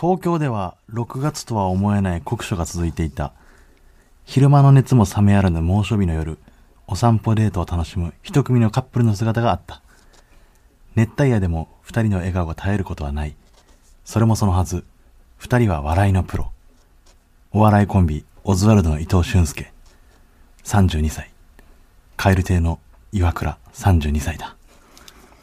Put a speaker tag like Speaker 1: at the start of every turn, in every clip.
Speaker 1: 東京では6月とは思えない酷暑が続いていた昼間の熱も冷めやらぬ猛暑日の夜お散歩デートを楽しむ一組のカップルの姿があった熱帯夜でも二人の笑顔が絶えることはないそれもそのはず二人は笑いのプロお笑いコンビオズワルドの伊藤俊介32歳蛙亭の岩倉32歳だ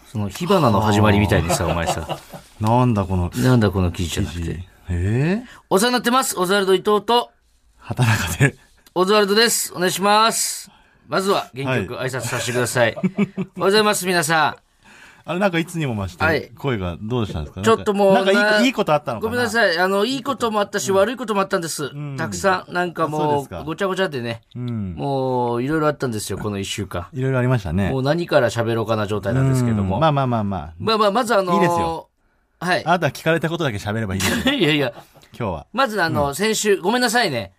Speaker 2: その火花の始まりみたいにさ、お前さ。
Speaker 1: なんだこの
Speaker 2: なんだこの記事じゃなくて。
Speaker 1: ええ
Speaker 2: お世話になってます。オズワルド伊藤と、
Speaker 1: 畑中で
Speaker 2: オズワルドです。お願いします。まずは、元気よく挨拶させてくだ さい。おはようございます、皆さ
Speaker 1: あれなんかいつにも増し
Speaker 2: は
Speaker 1: て
Speaker 2: い
Speaker 1: 声がどうしたんですか、
Speaker 2: ん。ちょっともう、
Speaker 1: なんかなんかいいいいことあったのかな
Speaker 2: ごめんな
Speaker 1: あ
Speaker 2: さい。あの、いいこともあったし、悪いこともあったんです。たくさん、なん
Speaker 1: そ
Speaker 2: か
Speaker 1: うで
Speaker 2: も
Speaker 1: すか
Speaker 2: う、ごちゃごちゃでね。もう、いろいろあったんで すよ、この一週間。
Speaker 1: いろいろありましたね
Speaker 2: もう何から喋ろうかな状態なんですけど
Speaker 1: う
Speaker 2: も。
Speaker 1: んま
Speaker 2: ま
Speaker 1: あまあまあまあ、
Speaker 2: あまあ、まずあのー、
Speaker 1: いいですよ
Speaker 2: はい
Speaker 1: あ。なたは聞かれたことだけ喋ればいいですよ
Speaker 2: いやいや、
Speaker 1: 今日は
Speaker 2: まずあの、先週、ごめんなさいね。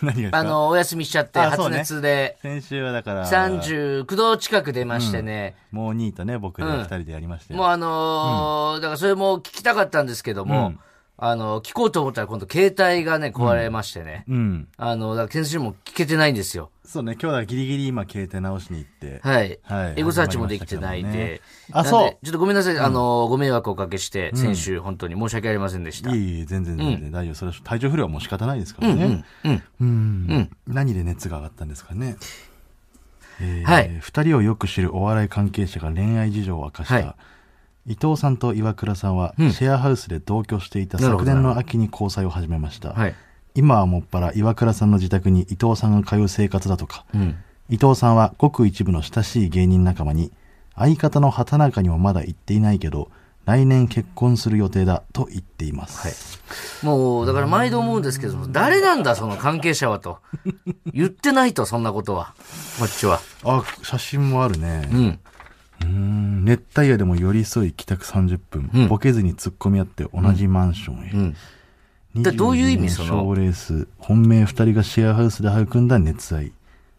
Speaker 1: 何がですか
Speaker 2: あの、お休みしちゃって、
Speaker 1: あそう
Speaker 2: 発
Speaker 1: ね
Speaker 2: 熱で、
Speaker 1: 先週はだから
Speaker 2: 39度近く出ましてね、
Speaker 1: もう2位とね僕で
Speaker 2: うん
Speaker 1: 2人でやりまして、
Speaker 2: もうあのーだからそれも聞きたかったんですけども、
Speaker 1: うん
Speaker 2: あの、聞こうと思ったら今度携帯がね、壊れましてね。
Speaker 1: うん
Speaker 2: あの、だから先週も聞けてないんですよ。
Speaker 1: そうね今日はギリギリ今携帯直しに行って
Speaker 2: はい。
Speaker 1: はい
Speaker 2: エゴサーチもできてないん
Speaker 1: 始まりまし
Speaker 2: で。
Speaker 1: たけどもねあ
Speaker 2: なんで
Speaker 1: そう
Speaker 2: ちょっとごめんなさい。あの、ご迷惑をおかけして、先週本当に申し訳ありませんでした。
Speaker 1: いえいえ全然全然、大丈夫それは体調不良はもう仕方ないですからねうん
Speaker 2: うん
Speaker 1: 何で熱が上がったんですかねえー
Speaker 2: はい
Speaker 1: 2人をよく知るお笑い関係者が恋愛事情を明かした、
Speaker 2: はい
Speaker 1: 伊藤さんと岩倉さんはシェアハウスで同居していた
Speaker 2: なるほ
Speaker 1: 昨
Speaker 2: ど
Speaker 1: 年の秋に交際を始めました、
Speaker 2: はい。
Speaker 1: 今はもっぱら岩倉さんの自宅に伊藤さんが通う生活だとか、
Speaker 2: ん
Speaker 1: 伊藤さんはごく一部の親しい芸人仲間に相方の畑中にもまだ行っていないけど来年結婚する予定だと言っています、
Speaker 2: もう、だから毎度思うんですけども、誰なんだ、その関係者は と。言ってないと、そんなことは。こっちは。
Speaker 1: あ写真もあるね、
Speaker 2: うん。
Speaker 1: うん熱帯夜でも寄り添い帰宅30分、
Speaker 2: うん
Speaker 1: ボケずに突っ込み合って同じマンションへ、
Speaker 2: うん。だどういう意
Speaker 1: 22
Speaker 2: 味
Speaker 1: 年
Speaker 2: その
Speaker 1: 賞レース本命2人がシェアハウスで育んだ熱愛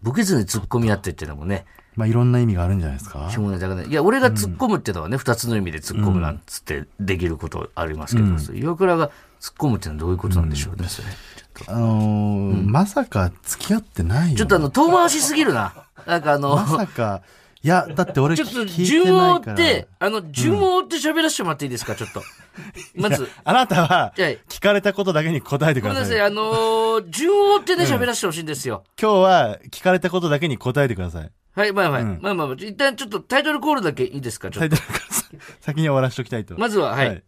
Speaker 2: ボケずに突っ込み合ってっていうのもね、
Speaker 1: まあいろんな意味があるんじゃないですか
Speaker 2: しょうがないだからね。いや、俺が突っ込むっていうのはね、二、つの意味で突っ込むなんつってできることありますけど、それ岩倉が突っ込むっていうのはどういうことなんでしょうね、それ
Speaker 1: あのーまさか付き合ってないよ
Speaker 2: ちょっとあの、遠回しすぎるな。なんかあの、
Speaker 1: まさかいやだって俺
Speaker 2: ちょっと
Speaker 1: 聞いて
Speaker 2: 順を
Speaker 1: な
Speaker 2: 追
Speaker 1: いから
Speaker 2: って、あの、順を追って喋らせてもらっていいですか、ちょっと。まず、
Speaker 1: あなたは
Speaker 2: はい
Speaker 1: 聞かれたことだけに答えてく
Speaker 2: ごめ
Speaker 1: だ
Speaker 2: んな
Speaker 1: さ
Speaker 2: さ
Speaker 1: い
Speaker 2: い、あのー順を追ってね、喋らせてほしいんですよ。
Speaker 1: 今日は聞かれたことだけに答えてください
Speaker 2: はい、まあまあ、
Speaker 1: ん
Speaker 2: まあまあまあ、一旦ちょっとタイトルコールだけいいですか、ちょ
Speaker 1: タ
Speaker 2: っ
Speaker 1: イ
Speaker 2: と。
Speaker 1: トルからさ先に終わらしときたいと
Speaker 2: まずは、はい、
Speaker 1: はい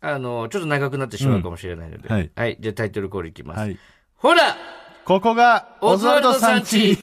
Speaker 2: あのーちょっと長くなってしまうかもしれないので。
Speaker 1: うんはい
Speaker 2: じゃあタイトルコールいきます。
Speaker 1: はい
Speaker 2: ほら
Speaker 1: ここがオ
Speaker 2: オ
Speaker 1: ズ
Speaker 2: ズ
Speaker 1: ワ
Speaker 2: ワ
Speaker 1: ル
Speaker 2: ル
Speaker 1: ド
Speaker 2: ド
Speaker 1: さ
Speaker 2: さ
Speaker 1: ん
Speaker 2: ん
Speaker 1: ち
Speaker 2: ち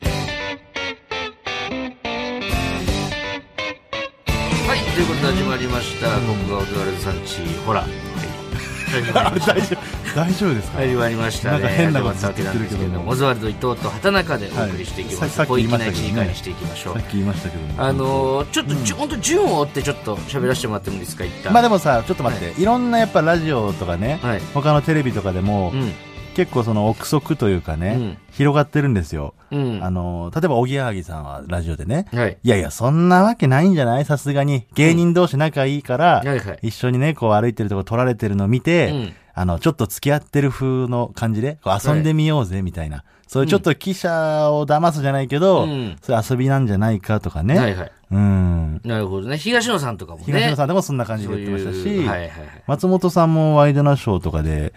Speaker 2: はい、ということで始まりました。僕がオズワルドさんち、ほら。はい。始まりました
Speaker 1: 大丈夫大丈夫ですか
Speaker 2: 始まりました
Speaker 1: な
Speaker 2: ね。
Speaker 1: んか変なこと
Speaker 2: 始まったわけなんですけれども、オズワルド伊藤と畑中でお送りしていき
Speaker 1: はい
Speaker 2: ま
Speaker 1: さ
Speaker 2: す。
Speaker 1: っき言い
Speaker 2: 小
Speaker 1: ま
Speaker 2: 粋
Speaker 1: したけどね
Speaker 2: な1時間にしていきましょう
Speaker 1: さっ。き言いましたけども
Speaker 2: あのーちょっとじゅ、本当順を追ってちょっと喋らせてもらってもいいですか、一旦。
Speaker 1: まあでもさちょっと待っていろんなやっぱラジオとかね
Speaker 2: はい
Speaker 1: 他のテレビとかでも
Speaker 2: うん。
Speaker 1: 結構その憶測というかね広がってるんですよ
Speaker 2: うん。
Speaker 1: あの、例えば、おぎやはぎさんはラジオでね、
Speaker 2: はい。
Speaker 1: いやいや、そんなわけないんじゃないさすがに。芸人同士仲いいから、
Speaker 2: うんはいはい
Speaker 1: 一緒にね、こう歩いてるとこ撮られてるの見て、
Speaker 2: うん
Speaker 1: あの、ちょっと付き合ってる風の感じで、こう遊んでみようぜ、みたいな。そういうちょっと記者を騙すじゃないけど、
Speaker 2: うん
Speaker 1: それ遊びなんじゃないかとかね。
Speaker 2: はいはい。
Speaker 1: うん。
Speaker 2: なるほどね。東野さんとかもね。
Speaker 1: 東野さんでもそんな感じで言ってました
Speaker 2: そう
Speaker 1: し、
Speaker 2: いうはいはいはい。
Speaker 1: 松本さんもワイドナショーとかで、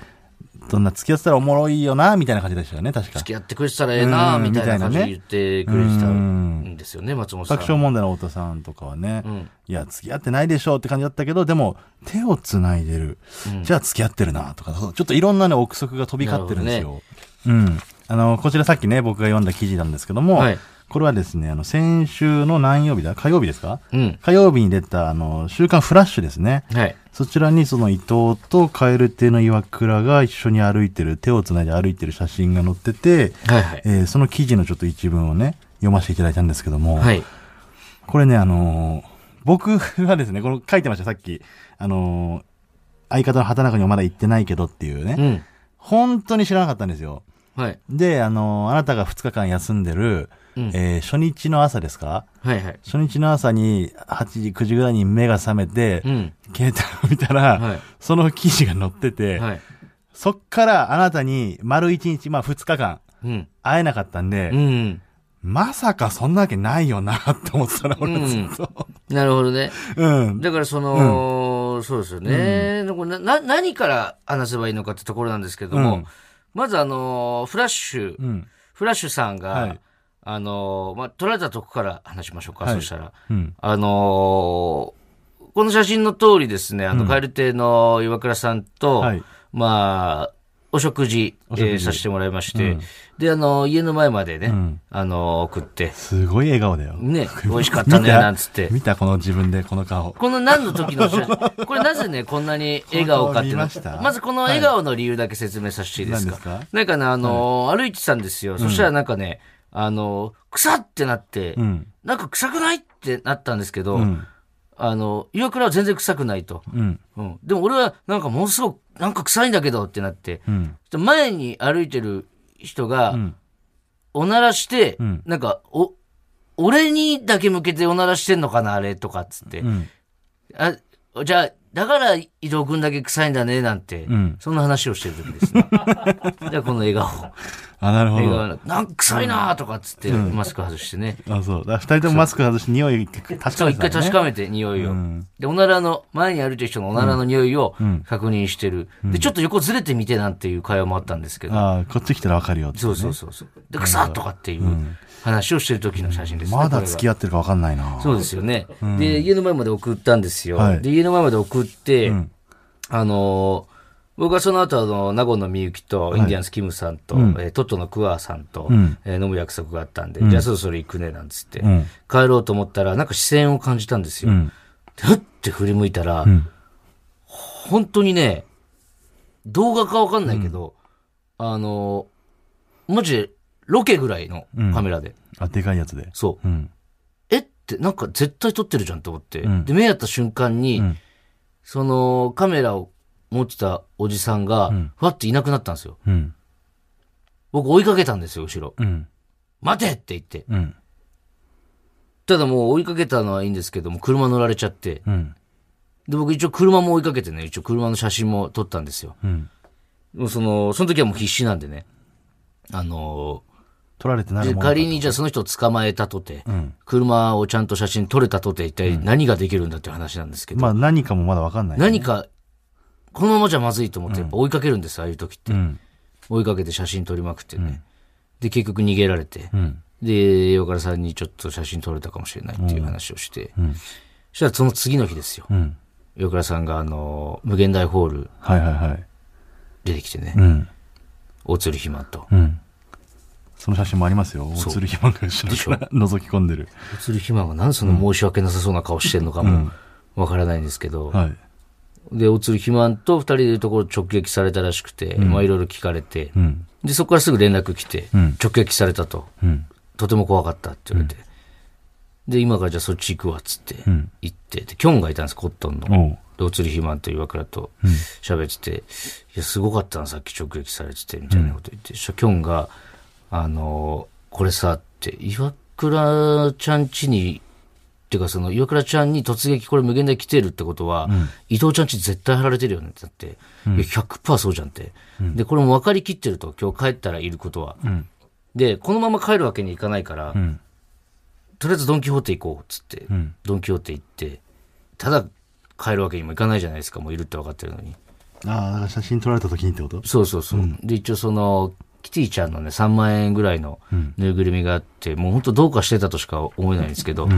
Speaker 1: どんな付き合ってたらおもろいよな、みたいな感じでしたよね、確か。
Speaker 2: 付き合ってくれてたらええな
Speaker 1: うん
Speaker 2: みたいな感じで言ってくれてた
Speaker 1: うん
Speaker 2: んですよね、松本さん。
Speaker 1: 爆笑問題の太田さんとかはね、
Speaker 2: ん
Speaker 1: いや、付き合ってないでしょうって感じだったけど、でも、手をつないでる。じゃあ付き合ってるな、とか、そうちょっといろんなね、憶測が飛び交ってるんですよ。うん。あの、こちらさっきね、僕が読んだ記事なんですけども、
Speaker 2: はい
Speaker 1: これはですね、あの、先週の何曜日だ火曜日ですか
Speaker 2: うん。
Speaker 1: 火曜日に出た、あの、週刊フラッシュですね。
Speaker 2: はい。
Speaker 1: そちらにその伊藤と蛙亭の岩倉が一緒に歩いてる、手をつないで歩いてる写真が載ってて、
Speaker 2: はいはい。
Speaker 1: えーその記事のちょっと一文をね、読ませていただいたんですけども、
Speaker 2: はい。
Speaker 1: これね、あのー僕がですね、この書いてました、さっき。あのー相方の畑中にはまだ行ってないけどっていうね、
Speaker 2: うん。
Speaker 1: 本当に知らなかったんですよ。
Speaker 2: はい。
Speaker 1: で、あのーあなたが2日間休んでる、
Speaker 2: うん
Speaker 1: えー初日の朝ですか
Speaker 2: はいはい。
Speaker 1: 初日の朝に8時、9時ぐらいに目が覚めて、
Speaker 2: うん。
Speaker 1: 携帯を見たら、
Speaker 2: はい
Speaker 1: その記事が載ってて、
Speaker 2: はい。
Speaker 1: そっからあなたに丸1日、まあ2日間
Speaker 2: うん。
Speaker 1: 会えなかったんで、
Speaker 2: うん。
Speaker 1: まさかそんなわけないよなって思ってたな、俺はずっと。
Speaker 2: なるほどね。
Speaker 1: うん。
Speaker 2: だからその、そうですよね、でこれな。な何から話せばいいのかってところなんですけども、
Speaker 1: うん
Speaker 2: まずあのーフラッシュ、
Speaker 1: うん。
Speaker 2: フラッシュさんが、
Speaker 1: はい
Speaker 2: あのーまあ、撮られたとこから話しましょうか、
Speaker 1: はい
Speaker 2: そしたら。
Speaker 1: うん。
Speaker 2: あのーこの写真の通りですね、あの、蛙亭の岩倉さんと、
Speaker 1: はい
Speaker 2: まあ、お食事
Speaker 1: お食事
Speaker 2: えーさせてもらいまして、で、あのー家の前までね、
Speaker 1: うん
Speaker 2: あのー送って、
Speaker 1: すごい笑顔だよ。
Speaker 2: ね、美味しかったね、なんつって。
Speaker 1: 見たこの自分で、この顔。
Speaker 2: この何の時の写 真これなぜね、こんなに笑顔かっていうの
Speaker 1: 本当見ました
Speaker 2: まずこの笑顔の理由だけ説明させていいですか。
Speaker 1: はい何です
Speaker 2: なんかね、あのー歩いてたんですよ。そしたらなんかね、あのー臭ってなって、
Speaker 1: うん。
Speaker 2: なんか臭くないってなったんですけど、
Speaker 1: うん。
Speaker 2: あの、岩倉は全然臭くないと。
Speaker 1: うん。
Speaker 2: うん。でも俺はなんかものすごく、なんか臭いんだけどってなって、
Speaker 1: うん。
Speaker 2: で前に歩いてる人が、
Speaker 1: ん
Speaker 2: おならして、
Speaker 1: ん
Speaker 2: なんか、お、俺にだけ向けておならしてんのかな、あれとかっつって。
Speaker 1: うん。
Speaker 2: あ、じゃあ、だから伊藤君だけ臭いんだね、なんて、
Speaker 1: ん
Speaker 2: そんな話をしてる時です ね。じゃあこの笑顔。
Speaker 1: あ、なるほ
Speaker 2: 笑
Speaker 1: ど。
Speaker 2: 顔なんか臭いなとかっつって、マスク外してね。
Speaker 1: あ、そう。だから二人ともマスク外して匂い確かめてた
Speaker 2: そう、一回確
Speaker 1: め
Speaker 2: かめて、匂いを。
Speaker 1: ん
Speaker 2: で、おならの、前に歩いてる人のおならの匂いを確認してる。で、ちょっと横ずれてみてなんていう会話もあったんですけど。
Speaker 1: あこっち来たらわかるよってね
Speaker 2: そうそうそうそう。で、臭っとかっていう話をしてる時の写真ですね。
Speaker 1: まだ付き
Speaker 2: 合
Speaker 1: 合ってるかわかんないな。
Speaker 2: そうですよね。で、家の前まで送ったんですよ。
Speaker 1: はい
Speaker 2: で、家の前まで送って、あのー僕はその後、あの、納言のみゆきと、インディアンス・キムさんと、えートットのクワさんと、
Speaker 1: ん
Speaker 2: えー飲む約束があったんで、じゃあそろそろ行くね、なんつって、
Speaker 1: ん
Speaker 2: 帰ろうと思ったら、なんか視線を感じたんですよ。
Speaker 1: ん
Speaker 2: でふって振り向いたら、
Speaker 1: ん
Speaker 2: 本当にね、動画かわかんないけど、あのーマジでロケぐらいのカメラで、
Speaker 1: あ、でかいやつで。
Speaker 2: そう、
Speaker 1: うん。
Speaker 2: えって、なんか絶対撮ってるじゃんと思って。
Speaker 1: ん
Speaker 2: で、目合った瞬間に、
Speaker 1: ん
Speaker 2: そのカメラを持ってたおじさんが、ふわっていなくなったんですよ。
Speaker 1: うん。
Speaker 2: 僕追いかけたんですよ、後ろ。
Speaker 1: うん。
Speaker 2: 待てって言って。
Speaker 1: うん。
Speaker 2: ただもう追いかけたのはいいんですけども、車乗られちゃって。
Speaker 1: うん。
Speaker 2: で、僕一応車も追いかけてね、一応車の写真も撮ったんですよ。
Speaker 1: うん。
Speaker 2: もうその、その時はもう必死なんでね。あの
Speaker 1: 取られてな
Speaker 2: ー
Speaker 1: る
Speaker 2: で
Speaker 1: もん。
Speaker 2: 仮にじゃあその人を捕まえたとて、
Speaker 1: ん
Speaker 2: 車をちゃんと写真撮れたとて、一体何ができるんだっていう話なんですけど。
Speaker 1: まあ何かもまだわかんない。
Speaker 2: 何か、このままじゃまずいと思って、やっぱ追いかけるんです、ああいう時って。
Speaker 1: ん
Speaker 2: 追いかけて写真撮りまくってね。で、結局逃げられて。
Speaker 1: ん
Speaker 2: で、岩倉さんにちょっと写真撮れたかもしれないっていう話をして。そしたらその次の日ですよ。
Speaker 1: うん。
Speaker 2: 岩倉さんが、あの、無限大ホール
Speaker 1: はいはいはい。
Speaker 2: 出てきてね、
Speaker 1: うん。
Speaker 2: 大鶴ひまと。
Speaker 1: うん。その写真もありますよ。大
Speaker 2: う
Speaker 1: 鶴ひまが後ろから覗き込んでる。
Speaker 2: 大鶴ひまがなんでその申し訳なさそうな顔してんのかもわからないんですけど。
Speaker 1: はい。
Speaker 2: で、大鶴ひまんと二人でいるところ直撃されたらしくて、まあいろいろ聞かれて、
Speaker 1: うん。
Speaker 2: で、そこからすぐ連絡来て、
Speaker 1: ん
Speaker 2: 直撃されたと。
Speaker 1: うん。
Speaker 2: とても怖かったって言われて。で、今からじゃあそっち行くわっつって
Speaker 1: ん、
Speaker 2: 行って、で、キョンがいたんです、コットンの。
Speaker 1: おう。
Speaker 2: で、おつりひまんと岩倉と喋ってて、いや、すごかったな、さっき直撃されてて、みたいなこと言って、そしたらキョンが、あのー、これさ、って、岩倉ちゃん家に、っていうかその、岩倉ちゃんに突撃これ無限大来てるってことは、伊藤ちゃん家絶対貼られてるよねってなって、いや、100%そうじゃんって。で、これも分かりきってると、今日帰ったらいることは。で、このまま帰るわけにいかないから、
Speaker 1: ん
Speaker 2: とりあえずドン・キホーテ行こうっつって、
Speaker 1: ん
Speaker 2: ドン・キホーテ行って、ただ帰るわけにもいかないじゃないですか、もういるって分かってるのに。
Speaker 1: ああ、だから写真撮られた時にってこと
Speaker 2: そうそうそう。で、一応その、キティちゃんのね、3万円ぐらいのぬいぐるみがあって、もう本当どうかしてたとしか思えないんですけど、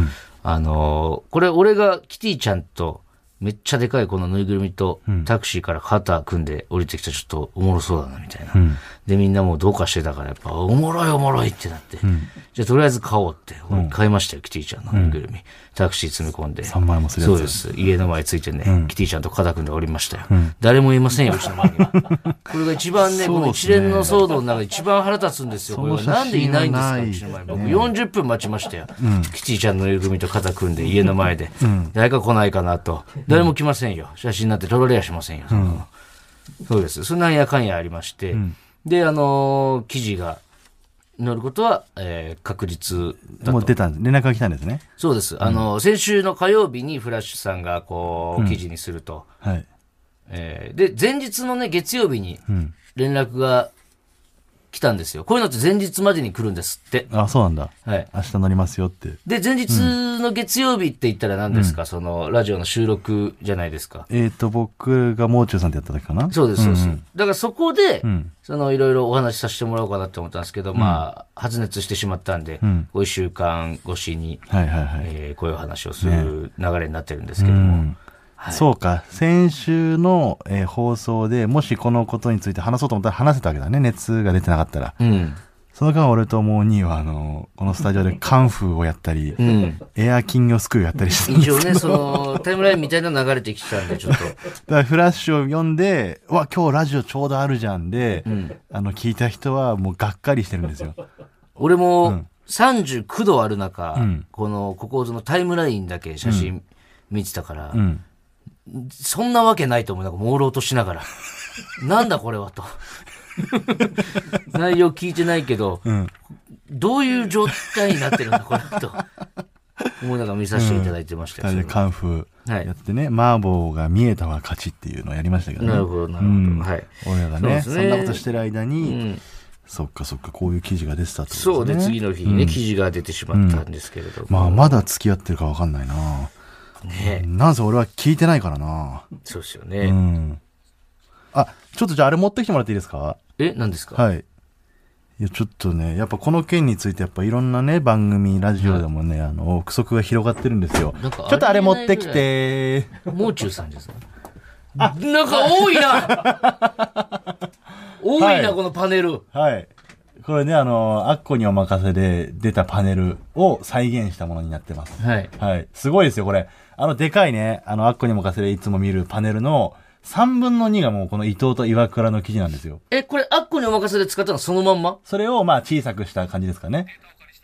Speaker 2: あのーこれ俺がキティちゃんとめっちゃでかいこのぬいぐるみと、タクシーから肩組んで降りてきたちょっとおもろそうだな、みたいな。で、みんなもうどうかしてたから、やっぱ、おもろいおもろいってなって。じゃあ、とりあえず買おうって。俺買いましたよ、キティちゃんのぬいぐるみ。タクシー積み込んで。
Speaker 1: 3万円もするやつ
Speaker 2: そうです。家の前ついてね、キティちゃんと肩組んで降りましたよ。誰もいませんよ、うちの前には。 これが一番ね、この一連の騒動の中で一番腹立つんですよ。これがなんでいないんですか、うちの前に。僕40分待ちましたよ。キティちゃんのぬいぐるみと肩組んで、家の前で。誰か来ないかなと。誰も来ませんよ。写真なんて撮られやしませんよ。そんなのそうです。そんなんやかんやありまして。で、あのー記事が載ることは、えー確率だ
Speaker 1: も
Speaker 2: と
Speaker 1: う出たんです。連絡が来たんですね。
Speaker 2: そうです。あの、先週の火曜日にフラッシュさんが、こう、記事にすると。
Speaker 1: はい。
Speaker 2: えーで、前日のね、月曜日に連絡が来たんですよ。こういうのって前日までに来るんですって。
Speaker 1: あ、そうなんだ。
Speaker 2: はい。
Speaker 1: 明日乗りますよって。
Speaker 2: で、前日の月曜日って言ったら何ですか、その、ラジオの収録じゃないですか。
Speaker 1: えっ、と、僕がもう中さんってやった時かな。
Speaker 2: そうです、そうです。だからそこで、
Speaker 1: ん
Speaker 2: その、いろいろお話しさせてもらおうかなって思ったんですけど、まあ、発熱してしまったんで、
Speaker 1: ん
Speaker 2: こういう週間越しに、
Speaker 1: はいはいはい。
Speaker 2: えーこういう話をする流れになってるんですけども。
Speaker 1: うんそうか先週の、えー放送でもしこのことについて話そうと思ったら話せたわけだね熱が出てなかったら
Speaker 2: うん。
Speaker 1: その間俺ともう兄はあのこのスタジオでカンフーをやったり、
Speaker 2: うん。
Speaker 1: エアキングをスクールやったりしてたんで
Speaker 2: 以
Speaker 1: す
Speaker 2: 上ね、その、タイムラインみたいなの流れてきたんで、ちょっと。
Speaker 1: だからフラッシュを読んで「うわ今日ラジオちょうどあるじゃんで」あの聞いた人はもうがっかりしてるんですよ
Speaker 2: 俺も39度ある中、
Speaker 1: ん
Speaker 2: この、ここのタイムラインだけ写真見てたから、
Speaker 1: うん
Speaker 2: そんなわけないと思う。なんか朦朧と しながら。なんだこれはと。内容聞いてないけど、どういう状態になってるんだこれと。思いながら見させていただいてまし
Speaker 1: 二
Speaker 2: たよ
Speaker 1: 人でカンフーやってね、麻婆が見えたわ勝ちっていうのをやりましたけどね
Speaker 2: なるほど、なるほど。
Speaker 1: うん
Speaker 2: はい。
Speaker 1: 俺らがね
Speaker 2: そ
Speaker 1: そ
Speaker 2: うんですね
Speaker 1: なことしてる間に、そっかそっかこういう記事が出てたってこと
Speaker 2: そうで、
Speaker 1: ね
Speaker 2: 次の日にね、記事が出てしまったんですけれども。
Speaker 1: まあまだ付き合ってるかわかんないな
Speaker 2: ね、
Speaker 1: なんせ俺は聞いてないからな
Speaker 2: そうですよ
Speaker 1: う
Speaker 2: ね。
Speaker 1: んあちょっとじゃああれ持ってきてもらっていいですか
Speaker 2: え、何ですか
Speaker 1: はいいやちょっとねやっぱこの件についてやっぱいろんなね番組ラジオでもね、あの憶測が広がってるんですよ
Speaker 2: なんかありえない
Speaker 1: ちょっとあれ持ってきて
Speaker 2: もう中さんですかなんか多いな 多いな、
Speaker 1: はい
Speaker 2: このパネル。
Speaker 1: はいこれねあのアッコにお任せで出たパネルを再現したものになってます
Speaker 2: はい。
Speaker 1: はい。すごいですよ、これ。あの、でかいね、あの、アッコにもかせでいつも見るパネルの3分の2がもうこの伊藤と岩倉の記事なんですよ。
Speaker 2: え、これ、アッコにお任せで使ったのそのまんま
Speaker 1: それをまあ小さくした感じですかね。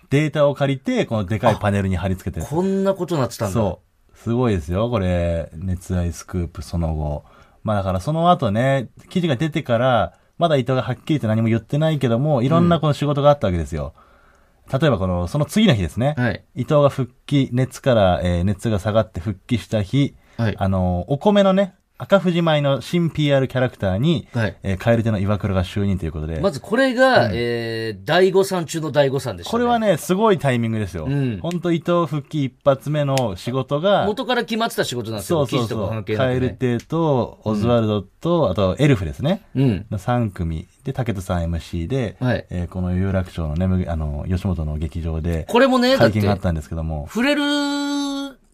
Speaker 1: データを借りて、このでかいパネルに貼り付けて
Speaker 2: こんなことになってたんだ。
Speaker 1: そう。すごいですよ、これ。熱愛スクープその後。まあだからその後ね、記事が出てから、まだ伊藤がはっきりと何も言ってないけども、いろんなこの仕事があったわけですよ。例えばこの、その次の日ですね。
Speaker 2: はい
Speaker 1: 伊藤が復帰、熱から、えー熱が下がって復帰した日、
Speaker 2: はい
Speaker 1: あの、お米のね、赤富士米の新 PR キャラクターに、
Speaker 2: はい
Speaker 1: えー蛙手の岩倉が就任ということで。
Speaker 2: まずこれが、えー、第五さん中の第五さんでした、ね。
Speaker 1: これは。ね、すごいタイミングですよ。
Speaker 2: ん
Speaker 1: 本当伊藤復帰一発目の仕事が、
Speaker 2: 元から決まってた仕事なんです
Speaker 1: そ
Speaker 2: よ。
Speaker 1: うそう
Speaker 2: 記事
Speaker 1: そ
Speaker 2: と
Speaker 1: う。
Speaker 2: か関係なく、
Speaker 1: 蛙
Speaker 2: ね。
Speaker 1: 亭と、オズワルドと、あと、エルフですね。
Speaker 2: うん。
Speaker 1: の3組で、武田さん MC で、
Speaker 2: はい
Speaker 1: えーこの有楽町のね、むあの、吉本の劇場で、
Speaker 2: これもね、だっ
Speaker 1: 会
Speaker 2: て
Speaker 1: 見、があったんですけども、
Speaker 2: 触れる、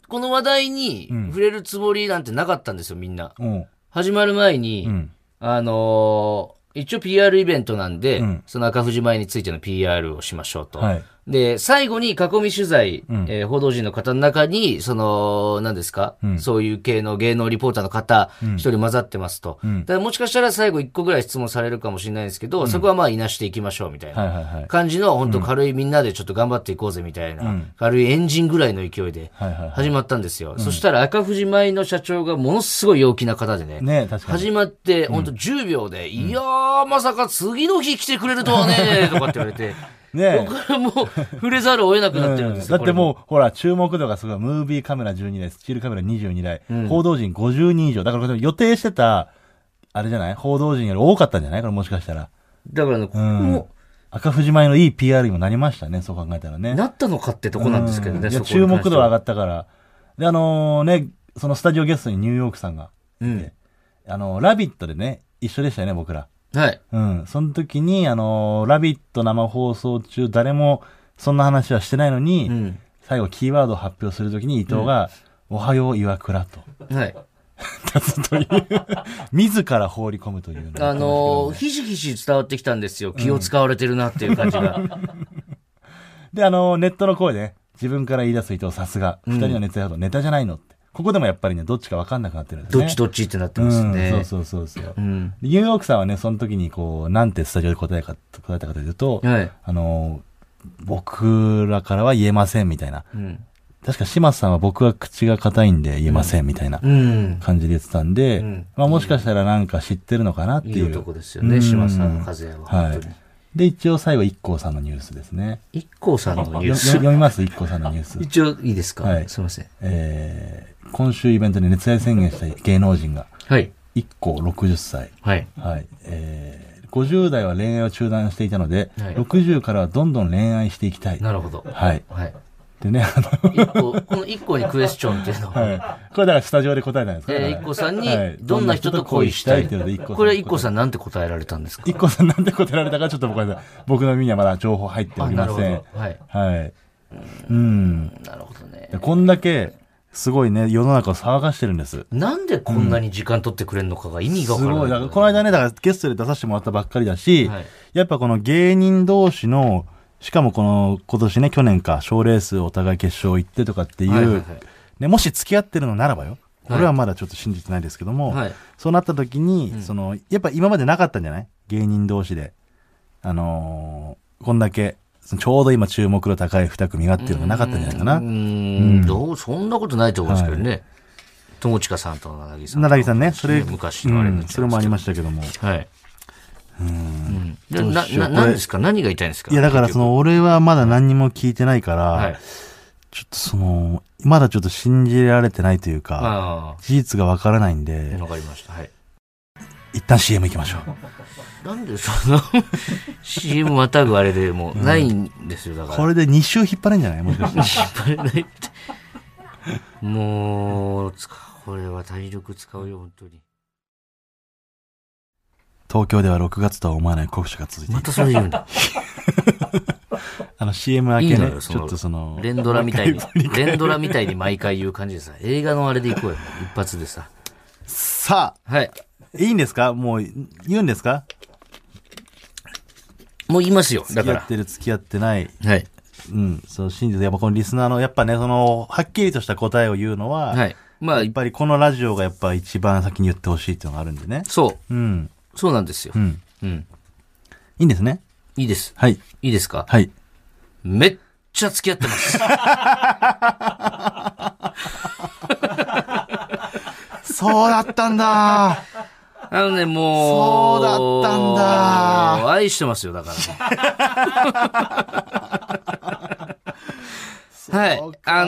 Speaker 2: この話題に触れるつもりなんてなかったんですよ、みんな。
Speaker 1: うん。
Speaker 2: 始まる前に、
Speaker 1: うん
Speaker 2: あのー一応 PR イベントなんで、
Speaker 1: うん
Speaker 2: その赤富士前についての PR をしましょうと。
Speaker 1: はい
Speaker 2: で、最後に囲み取材、えー報道陣の方の中に、その、何ですか、そういう系の芸能リポーターの方、一人混ざってますと。だからもしかしたら最後一個ぐらい質問されるかもしれないですけど、そこはまあいなしていきましょうみたいな。
Speaker 1: はいはいはい。
Speaker 2: 感じの、本当軽いみんなでちょっと頑張っていこうぜみたいな、軽いエンジンぐらいの勢いで
Speaker 1: はいはいはい
Speaker 2: 始まったんですよ。そしたら赤富士舞の社長がものすごい陽気な方でね、
Speaker 1: ね確かに。
Speaker 2: 始まって本当10秒で、いやー、まさか次の日来てくれるとは ね、とかって言われて、
Speaker 1: ね
Speaker 2: 僕はもう触れざるを得なくなってるんです
Speaker 1: だ
Speaker 2: よ。
Speaker 1: って
Speaker 2: こ
Speaker 1: もう、ほら、注目度がすごい。ムービーカメラ12台、スチールカメラ22台、報道陣50人以上。だからこれ予定してた、あれじゃない報道陣より多かったんじゃないこれもしかしたら。
Speaker 2: れもだからね、ここも
Speaker 1: 赤富士前のいい PR にもなりましたね、そう考えたらね。
Speaker 2: なったのかってとこなんですけどね、
Speaker 1: い
Speaker 2: そ
Speaker 1: や
Speaker 2: こに
Speaker 1: 注
Speaker 2: 関
Speaker 1: 目
Speaker 2: して
Speaker 1: 度は
Speaker 2: は
Speaker 1: 上がったから。で、あのね、そのスタジオゲストにニューヨークさんが、
Speaker 2: うん
Speaker 1: あのーラビットでね、一緒でしたよね、僕ら。
Speaker 2: はい。
Speaker 1: うん。その時に、あのーラビット生放送中、誰もそんな話はしてないのに、
Speaker 2: うん。
Speaker 1: 最後キーワードを発表するときに伊藤が、おはよう岩倉と。
Speaker 2: はい。
Speaker 1: 立つという 自ら放り込むというの
Speaker 2: あのー、ひしひし伝わってきたんですよ。気を使われてるなっていう感 じが。
Speaker 1: であのネットの声でね自分から言い出す人をさすが二人のネタやとネタじゃないのってここでもやっぱりねどっちか分かんなくなってるんです
Speaker 2: ど
Speaker 1: ね
Speaker 2: っちどっちってなって
Speaker 1: う
Speaker 2: ます
Speaker 1: ん
Speaker 2: ね。
Speaker 1: そうそうそうそう、
Speaker 2: うん
Speaker 1: ニューヨークさんはねその時にこうなんてスタジオで答えか答えたかというと、
Speaker 2: はい
Speaker 1: あのー僕らからは言えませんみたいな
Speaker 2: うん。
Speaker 1: 確か島津さんは僕は口が硬いんで言えませんみたいな
Speaker 2: うん。
Speaker 1: 感じで言ってたんで、
Speaker 2: うん
Speaker 1: まあ、もしかしたらなんか知ってるのかなって
Speaker 2: いい
Speaker 1: いう。
Speaker 2: 男ですよ
Speaker 1: う
Speaker 2: ね、
Speaker 1: ん
Speaker 2: 島さんの風は。
Speaker 1: は
Speaker 2: 本当に
Speaker 1: い。で、一応最後、一光さんのニュースですね。
Speaker 2: 一光さんのニュ
Speaker 1: よ
Speaker 2: ー
Speaker 1: よ
Speaker 2: ス。
Speaker 1: 読みます一光さんのニュース。
Speaker 2: 一応いいですか、
Speaker 1: はい
Speaker 2: すいません。
Speaker 1: えー、今週イベントで熱愛宣言した芸能人が、
Speaker 2: はい。
Speaker 1: 一光60歳。
Speaker 2: はい。
Speaker 1: はい。えー、50代は恋愛を中断していたので、
Speaker 2: はい
Speaker 1: 60からはどんどん恋愛していきたい。
Speaker 2: なるほど。
Speaker 1: はい。
Speaker 2: はい。
Speaker 1: でね、あの、
Speaker 2: 一個、この一個にクエスチョンっていうのは、
Speaker 1: はい。これだからスタジオで答えたんですか
Speaker 2: え
Speaker 1: だ
Speaker 2: ー
Speaker 1: から
Speaker 2: 一個さんに
Speaker 1: はい、
Speaker 2: どんな人と恋した
Speaker 1: どんな人と恋したい
Speaker 2: い。
Speaker 1: っていうので一光さん
Speaker 2: これは一個さんなんて答えられたんですか
Speaker 1: 一個さんなんて答えられたかちょっと僕は僕の耳にはまだ情報入っておりませ
Speaker 2: あ
Speaker 1: ん
Speaker 2: なるほどはい
Speaker 1: はいうん
Speaker 2: なるほどね
Speaker 1: で。こんだけすごいね世の中を騒がしてるんです
Speaker 2: なんでこんなに時間取ってくれるのかが意味
Speaker 1: す
Speaker 2: がわからない。
Speaker 1: ごいだからこの間ねだからゲストで出させてもらったばっかりだし、
Speaker 2: はい
Speaker 1: やっぱこの芸人同士のしかもこの今年ね去年か賞ーレースお互い決勝行ってとかっていう、
Speaker 2: はいはいはい
Speaker 1: ね、もし付き合ってるのならばよこれはまだちょっと信じてないですけども、
Speaker 2: はい
Speaker 1: そうなった時に、
Speaker 2: ん
Speaker 1: そのやっぱ今までなかったんじゃない芸人同士であのーこんだけそのちょうど今注目度高い2組がっていうのがなかったんじゃないかな
Speaker 2: うーん、どう、そんなことないと思うんですけどね。友近さんと七木さん。
Speaker 1: 奈良木さんねそれ
Speaker 2: 昔のあれにな
Speaker 1: う
Speaker 2: っ
Speaker 1: ん
Speaker 2: ち
Speaker 1: そ
Speaker 2: ゃ
Speaker 1: れ
Speaker 2: い
Speaker 1: もありま
Speaker 2: し
Speaker 1: したけども
Speaker 2: た。はい。うん。で
Speaker 1: どう
Speaker 2: な、
Speaker 1: しよう
Speaker 2: な、
Speaker 1: これ
Speaker 2: 何ですか何が言いたいんですか
Speaker 1: いやだからそ、の俺はまだ何にも聞いてないから、
Speaker 2: 結局はい。
Speaker 1: ちょっとその、まだちょっと信じられてないというか、
Speaker 2: あ
Speaker 1: 事実がわからないん
Speaker 2: あ、
Speaker 1: で、
Speaker 2: わかりました。はい。
Speaker 1: 一旦 CM 行きましょう。
Speaker 2: なんでその CM またぐあれでもうないんですよ、だから。
Speaker 1: これで2週引っ張れんじゃないもしかして。
Speaker 2: 引っ張れないって。もう、つかこれは体力使うよ、本当に。
Speaker 1: 東京では6月とは思わない酷暑が続いてい
Speaker 2: ま
Speaker 1: る
Speaker 2: たそれ言うん だ。
Speaker 1: あの CM 明け
Speaker 2: いいの
Speaker 1: ね
Speaker 2: よ、そ
Speaker 1: ち
Speaker 2: の
Speaker 1: ょっとその、
Speaker 2: 連ドラみたいに
Speaker 1: もう一、
Speaker 2: 連ドラみたいに毎回言う感じでさ、映画のあれで行こうよ、一発でさ。
Speaker 1: さ
Speaker 2: はい。
Speaker 1: あ、いいんですかもう、言うんですか
Speaker 2: もう言いますよ、
Speaker 1: 付
Speaker 2: だ
Speaker 1: き
Speaker 2: か
Speaker 1: 合
Speaker 2: ら
Speaker 1: っ。てる付き合ってない。
Speaker 2: はい。
Speaker 1: うん、そう、真実。やっぱこのリスナーの、やっぱね、その、はっきりとした答えを言うのは、
Speaker 2: はい。まあ
Speaker 1: やっ、ぱりこのラジオがやっぱ一番先に言ってほしいっていうのがあるんでね。
Speaker 2: そ
Speaker 1: うん、
Speaker 2: う、そうなんですよ
Speaker 1: う。ん。
Speaker 2: うん。
Speaker 1: いいんですね
Speaker 2: いいです。
Speaker 1: はい、
Speaker 2: いいですか
Speaker 1: はい。
Speaker 2: めっちゃ付き合ってます。
Speaker 1: そうだったんだ
Speaker 2: あのね、もう。
Speaker 1: そうだったんだ
Speaker 2: もう愛してますよ、だ から。はい。あ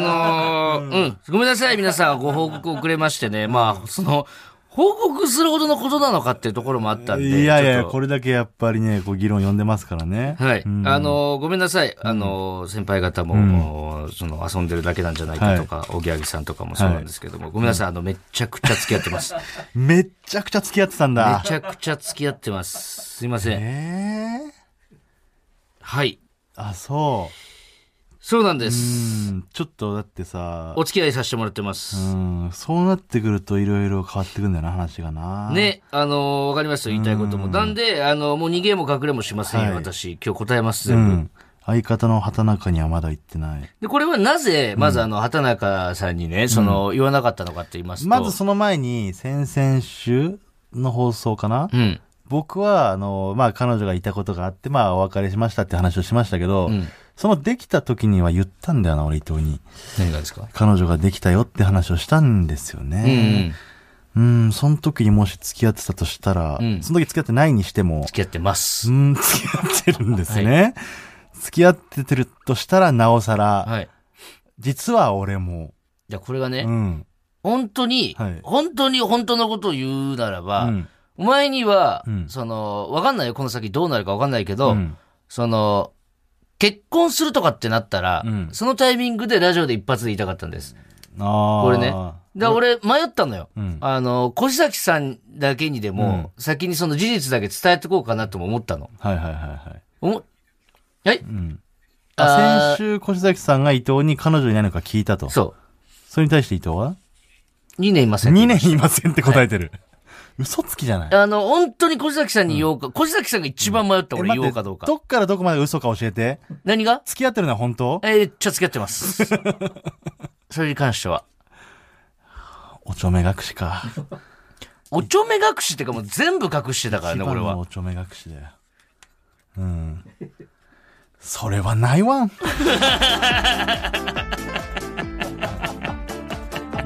Speaker 2: のーうん、ごめんなさい、皆さんご報告遅れ ましてね。まあ、その、報告するほどのことなのかっていうところもあ ったんで。
Speaker 1: いやい
Speaker 2: ち
Speaker 1: や、
Speaker 2: ょっと
Speaker 1: これだけやっぱりね、こう議論呼んでますからね。
Speaker 2: はい。
Speaker 1: うん
Speaker 2: あのーごめんなさい。あのー先輩方も、その、遊んでるだけなんじゃないかとか、おぎやぎさんとかもそうなんですけども、ごめんなさい。あの、めちゃくちゃ付き合ってます。め
Speaker 1: めっちゃくちゃ付き合ってたんだ。
Speaker 2: ちゃくちゃ付き合ってます。すいません。
Speaker 1: ええ
Speaker 2: はい。
Speaker 1: あ、そ
Speaker 2: そうなんで
Speaker 1: う。う
Speaker 2: す。
Speaker 1: ん、ちょっとだってさ、
Speaker 2: お付き合いさせてもらってます
Speaker 1: う。ん、そうなってくるといろいろ変わってくんだよな、話がな。。
Speaker 2: ね、あのーわかりますよ、言いたいことも。なんで、あのーもう逃げも隠れもしませんよ、
Speaker 1: はい
Speaker 2: 私。今日答えます、
Speaker 1: う
Speaker 2: 全部。
Speaker 1: ん。相方の畑中にはまだ行ってない。
Speaker 2: で、これはなぜ、まずあの、畑中さんにね、その、言わなかったのかって言いますと。
Speaker 1: まずその前に、先々週の放送かな、
Speaker 2: うん。
Speaker 1: 僕は、あの、まあ、彼女がいたことがあって、まあ、お別れしましたって話をしましたけど、
Speaker 2: うん
Speaker 1: そのできた時には言ったんだよな、俺伊藤に。
Speaker 2: 何がですか
Speaker 1: 彼女ができたよって話をしたんですよ
Speaker 2: うん、う
Speaker 1: ね。う
Speaker 2: ん。
Speaker 1: ん。その時にもし付き合ってたとしたら、
Speaker 2: うん
Speaker 1: その時付き合ってないにしても、
Speaker 2: 付き合ってます
Speaker 1: う。ん、付き合ってるんですね。付き合っててるとしたら、なおさら、
Speaker 2: はい。
Speaker 1: 実は俺も、
Speaker 2: じゃあこれがね、
Speaker 1: うん。
Speaker 2: 本当に、
Speaker 1: はい
Speaker 2: 本当に本当のことを言うならば、
Speaker 1: うん
Speaker 2: お前には、
Speaker 1: うん
Speaker 2: その、わかんないよ、この先どうなるかわかんないけど、
Speaker 1: うん
Speaker 2: その、結婚するとかってなったら、
Speaker 1: うん
Speaker 2: そのタイミングでラジオで一発で言いたかったんです。
Speaker 1: ああ。
Speaker 2: これねだ俺、迷ったのよ。
Speaker 1: うん
Speaker 2: あの、小崎さんだけにでも、先にその事実だけ伝えてこうかなとも思ったの。
Speaker 1: はいはいはいはい。
Speaker 2: おもはい、
Speaker 1: あ先
Speaker 2: あー
Speaker 1: 週、越崎さんが伊藤に彼女いないのか聞いたと。
Speaker 2: そ
Speaker 1: それに対して伊藤は
Speaker 2: う。 2年いません。
Speaker 1: 2年いませんって答えてる。嘘つきじゃない
Speaker 2: あの、本当に小崎さんに言おうか、小崎さんが一番迷った俺言おうかどうか
Speaker 1: え待って。どっからどこまで嘘か教えて。
Speaker 2: 何が
Speaker 1: 付き合ってるのは本当
Speaker 2: えー、ちょ、付き合っ てます。それに関しては。
Speaker 1: おちょめ隠しか。
Speaker 2: おちょめ隠しってかもう全部隠してたから
Speaker 1: 一
Speaker 2: ね、
Speaker 1: 番
Speaker 2: 俺
Speaker 1: の
Speaker 2: は。
Speaker 1: おちょめ隠しだよ。うん。それはない わん。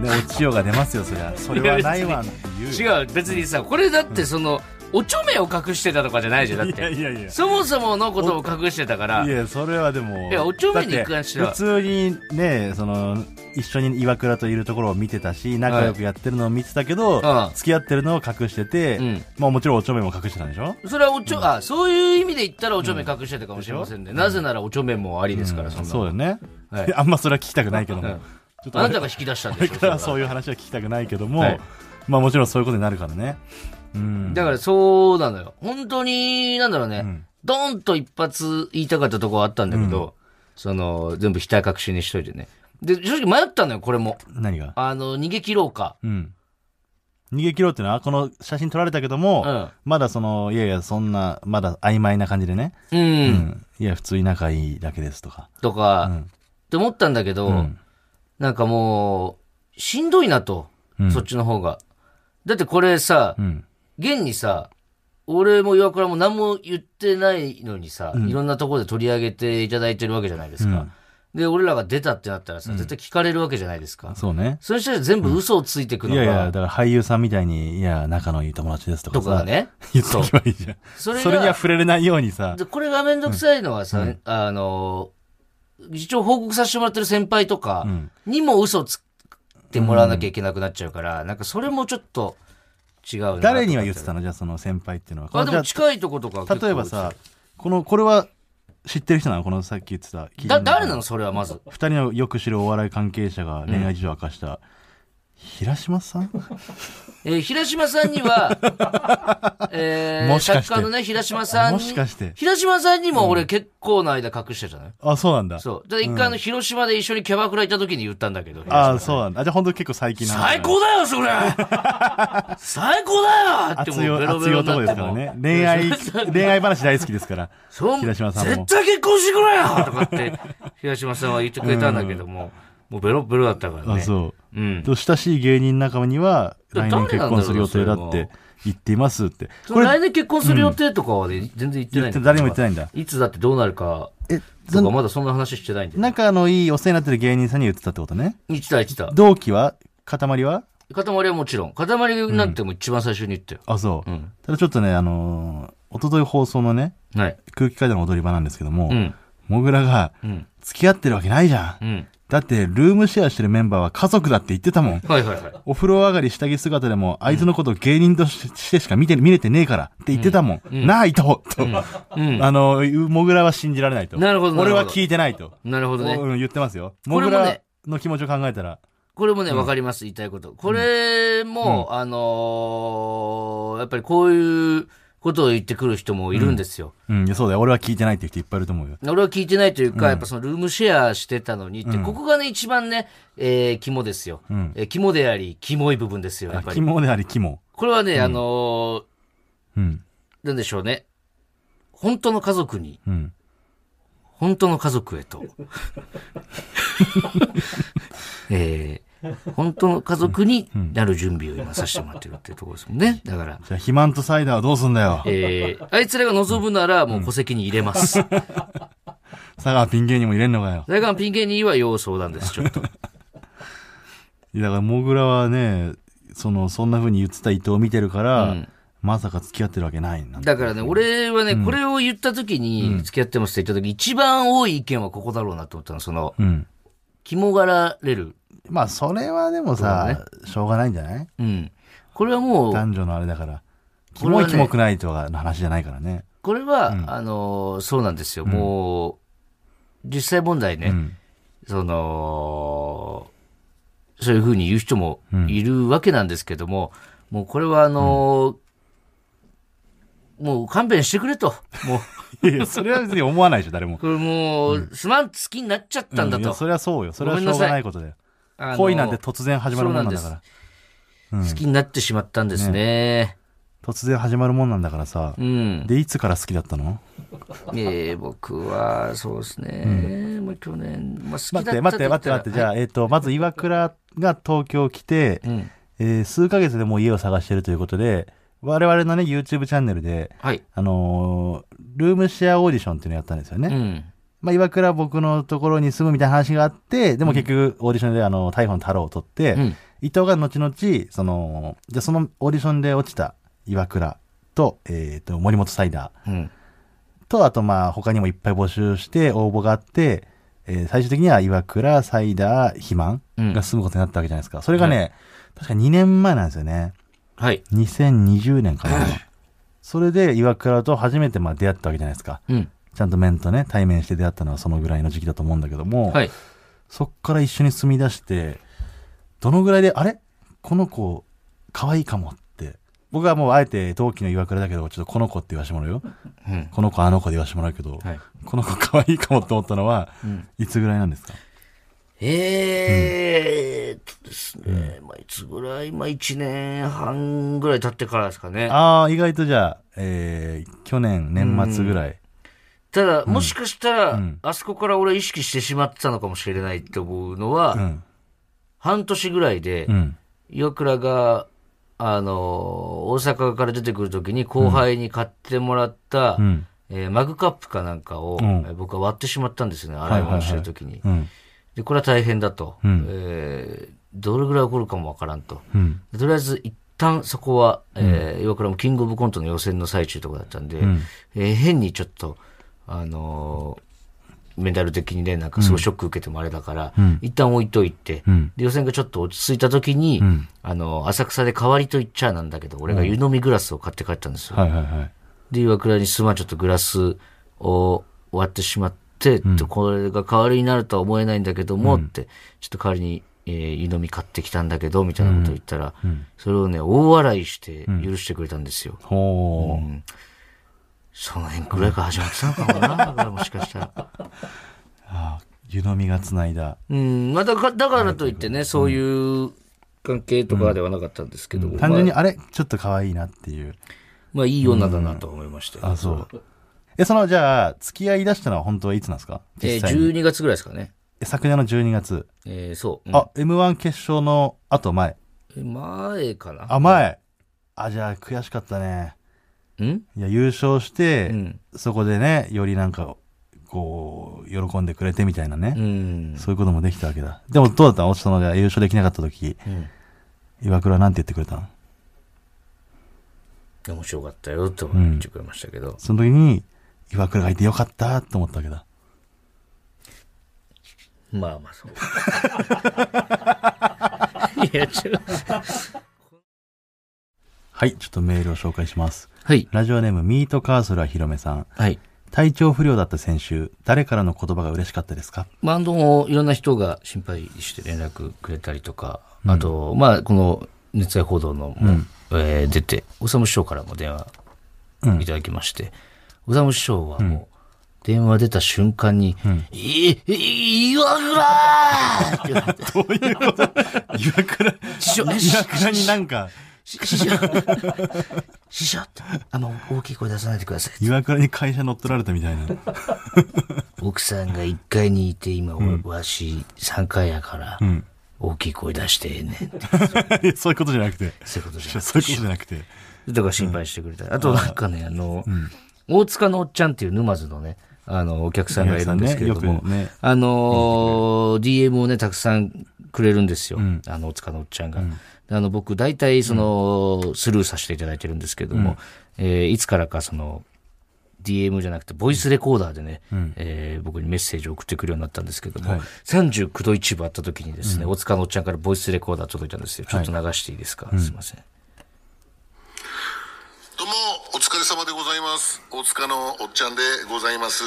Speaker 1: ね、おちよが出ますよ、そりゃ。それはないわんっていう。
Speaker 2: 違う、別にさ、これだってその、おちょめを隠してたとかじゃないじゃん、だっ
Speaker 1: いやい
Speaker 2: て。
Speaker 1: やいや。
Speaker 2: そもそものことを隠してたから
Speaker 1: い。や、それはでも。
Speaker 2: いやおちょめに関しては
Speaker 1: だっ普通にね、その、一緒に岩倉といるところを見てたし、仲良くやってるのを見てたけど、
Speaker 2: はいうん
Speaker 1: 付き合ってるのを隠してて、
Speaker 2: うん
Speaker 1: まあもちろんおちょめも隠してたんでしょ
Speaker 2: それはおちょ、あ、そういう意味で言ったらおちょめ隠してたかもしれませんね。なぜならおちょめもありですから、そんな
Speaker 1: そうだ
Speaker 2: の。
Speaker 1: よね、
Speaker 2: は い
Speaker 1: あんまそれは聞きたくないけども。
Speaker 2: うん
Speaker 1: ちょっと
Speaker 2: あ
Speaker 1: 俺
Speaker 2: なたが引き出したんで
Speaker 1: 俺
Speaker 2: しょ。
Speaker 1: か
Speaker 2: そ
Speaker 1: ら
Speaker 2: れは
Speaker 1: はそういう話は聞きたくないけども、
Speaker 2: はい
Speaker 1: まあもちろんそういうことになるからね。うん。
Speaker 2: だからそうなのよ。本当に、なんだろうね、
Speaker 1: ん
Speaker 2: ドーンと一発言いたかったとこはあったんだけど、その、全部額隠しにしといてね。で、正直迷ったのよ、これも。
Speaker 1: 何が
Speaker 2: あの、逃げ切ろうか。
Speaker 1: うん。逃げ切ろうっていうのは、この写真撮られたけども、
Speaker 2: うん
Speaker 1: まだその、いやいや、そんな、まだ曖昧な感じでね。
Speaker 2: うん。
Speaker 1: うん。いや、普通に仲いいだけですとか。
Speaker 2: とか、
Speaker 1: ん
Speaker 2: って思ったんだけど、
Speaker 1: うん
Speaker 2: なんかもう、しんどいなと、
Speaker 1: うん
Speaker 2: そっちの方が。だってこれさ、
Speaker 1: うん。
Speaker 2: 現にさ、俺も岩倉も何も言ってないのにさ、いろんなところで取り上げていただいてるわけじゃないですか。で、俺らが出たってなったらさ、絶対聞かれるわけじゃないですか。
Speaker 1: そうね。
Speaker 2: その人たち全部嘘をついてく
Speaker 1: い
Speaker 2: の
Speaker 1: やいや、
Speaker 2: か、
Speaker 1: だから俳優さんみたいに、いや、仲のいい友達ですとか
Speaker 2: と
Speaker 1: さ。
Speaker 2: かね。
Speaker 1: 言っておけばいいじゃん。
Speaker 2: それが
Speaker 1: それには触れれないようにさ。
Speaker 2: でこれがめんどくさいのはさ、あの、一応報告させてもらってる先輩とかにも嘘をつってもらわなきゃいけなくなっちゃうから、なんかそれもちょっと違うなと思って
Speaker 1: 誰には言ってたのじゃあ、その先輩っていうのは。
Speaker 2: あ、でも
Speaker 1: じ
Speaker 2: 近いとことか
Speaker 1: ゃあ例えばさ、この、これは知ってる人なのこのさっき言ってた。
Speaker 2: 結構言ってた、だ、誰なのそれはまず。
Speaker 1: 二人のよく知るお笑い関係者が恋愛事情を明かした、平島さん
Speaker 2: えー平島さん には、えー
Speaker 1: もしかして
Speaker 2: 作家のね、平島さん
Speaker 1: も
Speaker 2: に、
Speaker 1: しかして
Speaker 2: 平島さんにも俺結構な間隠してたのよ。
Speaker 1: あ、そうなんだ。
Speaker 2: そう。だから一回あの、広島で一緒にキャバクラ行った時に言ったんだけど。
Speaker 1: あ、そうなんだ。あ、じゃあ本当結構最近なんだ
Speaker 2: 最高だよ、そ れ最高だよっても
Speaker 1: 熱いう
Speaker 2: ベロベ
Speaker 1: 熱い
Speaker 2: ロに
Speaker 1: 男で
Speaker 2: な
Speaker 1: す
Speaker 2: って
Speaker 1: から
Speaker 2: も。
Speaker 1: ね。恋愛、恋愛話大好きです から。
Speaker 2: そう
Speaker 1: 平島さんも
Speaker 2: 絶対結婚してくれよとかって、平島さんは言ってくれたんだけども、もうベロベロだったから
Speaker 1: あ、
Speaker 2: ね。。
Speaker 1: そう
Speaker 2: ん
Speaker 1: う。。と親しい芸人仲間には、来年結婚する予定だって言っていますって。
Speaker 2: そ
Speaker 1: こ
Speaker 2: れ
Speaker 1: れ、
Speaker 2: 来年結婚する予定とかはね、全然言ってない
Speaker 1: 言
Speaker 2: ん
Speaker 1: っ
Speaker 2: だ
Speaker 1: て
Speaker 2: よ
Speaker 1: 誰も言ってないんだ。
Speaker 2: いつだってどうなるか、
Speaker 1: え、
Speaker 2: と
Speaker 1: そ
Speaker 2: か
Speaker 1: の
Speaker 2: まだそんな話してないんで。
Speaker 1: 仲のいいお世話になってる芸人さんに言ってたってことね。
Speaker 2: 言ってた言ってた。
Speaker 1: 同期は塊は
Speaker 2: 塊はもちろん。塊なんてもう一番最初に言ったよ。
Speaker 1: あ、そう。
Speaker 2: ん
Speaker 1: ただちょっとね、あのー、一昨日放送のね、
Speaker 2: はい。
Speaker 1: 空気階段の踊り場なんですけども、
Speaker 2: うん。
Speaker 1: モグラが、
Speaker 2: うん。
Speaker 1: 付き合ってるわけないじゃん。
Speaker 2: うん。
Speaker 1: だって、ルームシェアしてるメンバーは家族だって言ってたもん。
Speaker 2: はいはいはい。
Speaker 1: お風呂上がり下着姿でも、あいつのことを芸人とししてしか見て、見れてねえからって言ってたもん。なあ、伊藤と。 あの、モグラは信じられないと。
Speaker 2: なるほどなる
Speaker 1: 俺
Speaker 2: ほど
Speaker 1: は聞いてないと。
Speaker 2: なるほどね。
Speaker 1: うん、言ってますよ。モ
Speaker 2: これ
Speaker 1: グ
Speaker 2: もね
Speaker 1: ラの気持ちを考えたら。
Speaker 2: これもね、わ、かります、言いたいこと。これも、あのーやっぱりこういうことを言ってくる人もいるんですよ。
Speaker 1: うん、いやそうだよ。俺は聞いてないって人いっぱいいると思うよ。
Speaker 2: 俺は聞いてないというか、やっぱそのルームシェアしてたのにって、ここがね、一番ね、えー、肝ですよ。えー肝であり、キモい部分ですよ、やっぱり。
Speaker 1: 肝であり肝。
Speaker 2: これはね、あの
Speaker 1: うん、
Speaker 2: ーなんでしょうね。本当の家族に、
Speaker 1: うん。
Speaker 2: 本当の家族へ と。えー本当の家族になる準備を今させてもらってるっていうところですもんね。だから。
Speaker 1: じゃあ、肥満とサイダーはどうすんだよ。
Speaker 2: え ーあいつらが望むならもう戸籍に入れます。
Speaker 1: 佐川ピン芸人も入れんのかよ。
Speaker 2: それがピン芸人は要相談 です、ちょっと。
Speaker 1: いやだから、モグラはね、その、そんな風に言ってた伊藤を見てるから、
Speaker 2: うん
Speaker 1: まさか付き合ってるわけないなんて
Speaker 2: だからね、俺はね、これを言った時に、付き合ってますって言った時、一番多い意見はここだろうなと思ったの、その、
Speaker 1: うん。
Speaker 2: 肝がられる。
Speaker 1: まあ、それはでもさ、しょうがないんじゃない
Speaker 2: うん。これはもう、
Speaker 1: 男女のあれだから。キ
Speaker 2: これは
Speaker 1: モ
Speaker 2: ね
Speaker 1: いキモくないとかの話じゃないから ね。
Speaker 2: これは、あのー、そうなんですよ。もう、実際問題ね、
Speaker 1: ん
Speaker 2: その、そういうふうに言う人もいるわけなんですけども、もうこれはあのーもう勘弁してくれと。 もう、
Speaker 1: いやいや、それは別に思わないでしょ、誰も。
Speaker 2: これもう、すまん、好きになっちゃったんだ
Speaker 1: うい
Speaker 2: と。
Speaker 1: やそれはそうよ。それ
Speaker 2: ご
Speaker 1: は
Speaker 2: めん
Speaker 1: し
Speaker 2: な
Speaker 1: ょ
Speaker 2: さいう
Speaker 1: がないことだよ。
Speaker 2: あのー
Speaker 1: 恋なんて突然始まるもんなんだ
Speaker 2: そう
Speaker 1: か
Speaker 2: なん
Speaker 1: ら。
Speaker 2: 好きになってしまったんですね。
Speaker 1: 突然始まるもんなんだからさ、
Speaker 2: うん。
Speaker 1: でいつから好きだったの
Speaker 2: えー僕は、そうですね。まあ去年、まあ好きだ
Speaker 1: 待
Speaker 2: った
Speaker 1: って待って待って待ってじゃあ、えっ、とまず岩倉が東京来て、
Speaker 2: うん
Speaker 1: えー数ヶ月でもう家を探してるということで我々のね YouTube チャンネルで
Speaker 2: あ。はい。
Speaker 1: あのールームシェアオーディションっていうのやったんですよね、
Speaker 2: うん。
Speaker 1: まあ、岩倉僕のところに住むみたいな話があってでも結局オーディションであの逮捕の太郎を取って、
Speaker 2: うん
Speaker 1: 伊藤が後々そのじゃあそのオーディションで落ちた岩倉と,、えー、と森本サイダー
Speaker 2: うん。
Speaker 1: と、あとまあ他にもいっぱい募集して応募があって、えー最終的には岩倉、サイダー、肥満
Speaker 2: うん
Speaker 1: が住むことになったわけじゃないですか。それがね、確か2年前なんですよね。
Speaker 2: はい。
Speaker 1: 2020年かな。それで岩倉と初めてまあ出会ったわけじゃないですか。
Speaker 2: うん。
Speaker 1: ちゃんと面とね、対面して出会ったのはそのぐらいの時期だと思うんだけども、
Speaker 2: はい。
Speaker 1: そっから一緒に住み出して、どのぐらいで、あれこの子、可愛いかもって。僕はもうあえて同期の岩倉だけど、ちょっとこの子って言わしてもらうよ。
Speaker 2: うん。
Speaker 1: この子あの子で言わしてもらうけど、
Speaker 2: はい。
Speaker 1: この子可愛いかもと思ったのは、
Speaker 2: うん。
Speaker 1: いつぐらいなんですか
Speaker 2: えーっとですね、まあ、いつぐらい、まあ、1年半ぐらい経ってからですかね。
Speaker 1: ああ、意外とじゃあ、えー、去年年末ぐらい。
Speaker 2: ただ、もしかしたら、
Speaker 1: ん
Speaker 2: あそこから俺は意識してしまってたのかもしれないって思うのは、
Speaker 1: うん。
Speaker 2: 半年ぐらいで、
Speaker 1: うん。
Speaker 2: 岩倉が、あのー、大阪から出てくるときに後輩に買ってもらった、
Speaker 1: うん。
Speaker 2: えーマグカップかなんかを、
Speaker 1: うん
Speaker 2: えー僕は割ってしまったんですよね、洗い物してるときに。
Speaker 1: うん。
Speaker 2: で、これは大変だと。
Speaker 1: ん
Speaker 2: えーどれぐらい起こるかもわからんと。
Speaker 1: うん。
Speaker 2: でとりあえず一旦そこは、えー、岩倉もキングオブコントの予選の最中とかだったんで、えー変にちょっと、あのーメンタル的にね、なんかすごいショック受けてもあれだから、一旦置いといて、
Speaker 1: ん
Speaker 2: で予選がちょっと落ち着いた時に、あのー浅草で代わりと言っちゃなんだけど、俺が湯飲みグラスを買って帰ったんですよ。
Speaker 1: はいはいはい。
Speaker 2: で、岩倉にすまん、ちょっとグラスを割ってしまって、とこれが代わりになるとは思えないんだけども、って、ちょっと代わりに、えー湯飲み買ってきたんだけど、みたいなことを言ったら、それをね、大笑いして許してくれたんですよ。
Speaker 1: ほう、
Speaker 2: その辺ぐらいから始まってたのかもな、 だからもしかしたら。
Speaker 1: 湯飲みがつないだ。
Speaker 2: うん、まあだかだからといってね、そういう関係とかではなかったんですけど、まあ
Speaker 1: 単純に、あれちょっと可愛いなっていう。
Speaker 2: まあいい女だなと思いましたよ、
Speaker 1: あ、そう。え、その、じゃあ、付き合い出したのは本当はいつなんですか
Speaker 2: えー
Speaker 1: 実際に。
Speaker 2: 12月ぐらいですかね。
Speaker 1: え昨年の12月。
Speaker 2: えーそう。うん
Speaker 1: あ、M1 決勝の後前。
Speaker 2: 前かな。
Speaker 1: あ、前。あ、じゃあ、悔しかったね。
Speaker 2: うん
Speaker 1: いや、優勝して、
Speaker 2: うん
Speaker 1: そこでね、よりなんか、こう、喜んでくれてみたいなね。
Speaker 2: うん。
Speaker 1: そういうこともできたわけだ。でもどうだったの落ちたのが優勝できなかった時、
Speaker 2: うん
Speaker 1: 岩倉はなんて言ってくれたの
Speaker 2: 面白かったよと言ってくれましたけど、
Speaker 1: その時に、岩倉がいてよかったと思ったわけだ。
Speaker 2: まあまあそう いや違う
Speaker 1: はい、ちょっとメールを紹介します。
Speaker 2: はい
Speaker 1: ラジオネーム、ミートカーソルはひろめさん。
Speaker 2: はい
Speaker 1: 体調不良だった先週、誰からの言葉が嬉しかったですか
Speaker 2: まあ、あのいろんな人が心配して連絡くれたりとか、あと、まあ、この熱愛報道のも、えー出て、おさむ師匠からも電話いただきまして、おさむ師匠はもう、電話出た瞬間に、いい、いい、岩倉って言われて
Speaker 1: どういうこと岩倉、
Speaker 2: 師匠、
Speaker 1: 岩倉になんか、
Speaker 2: 師匠、師匠って、あんま大きい声出さないでくださ い。
Speaker 1: 岩倉に会社乗っ取られたみたいな。
Speaker 2: 奥さんが1階にいて、今、わし3階やから、大きい声出してええねんって、
Speaker 1: いや そういうことじゃなくて。
Speaker 2: そういうことじゃ
Speaker 1: いや
Speaker 2: な
Speaker 1: そういうことじゃなくて。
Speaker 2: い。だから心配してくれた。あとなんかね、あの、大塚のおっちゃんっていう沼津のね、あの、お客さんがいるんですけれど
Speaker 1: お
Speaker 2: も
Speaker 1: 客さんねよくね、
Speaker 2: あのー、DM をね、たくさんくれるんですよ。あの、大塚のおっちゃんが。であの、僕、大体、その、スルーさせていただいてるんですけども、えーいつからか、その、DM じゃなくて、ボイスレコーダーでね、えー僕にメッセージを送ってくるようになったんですけども、39度一部あった時にですね、大塚のおっちゃんからボイスレコーダー届いたんですよ。ちょっと流していいですか、すいません。
Speaker 3: どうも、お疲れ様でございます。大塚のおっちゃんでございます。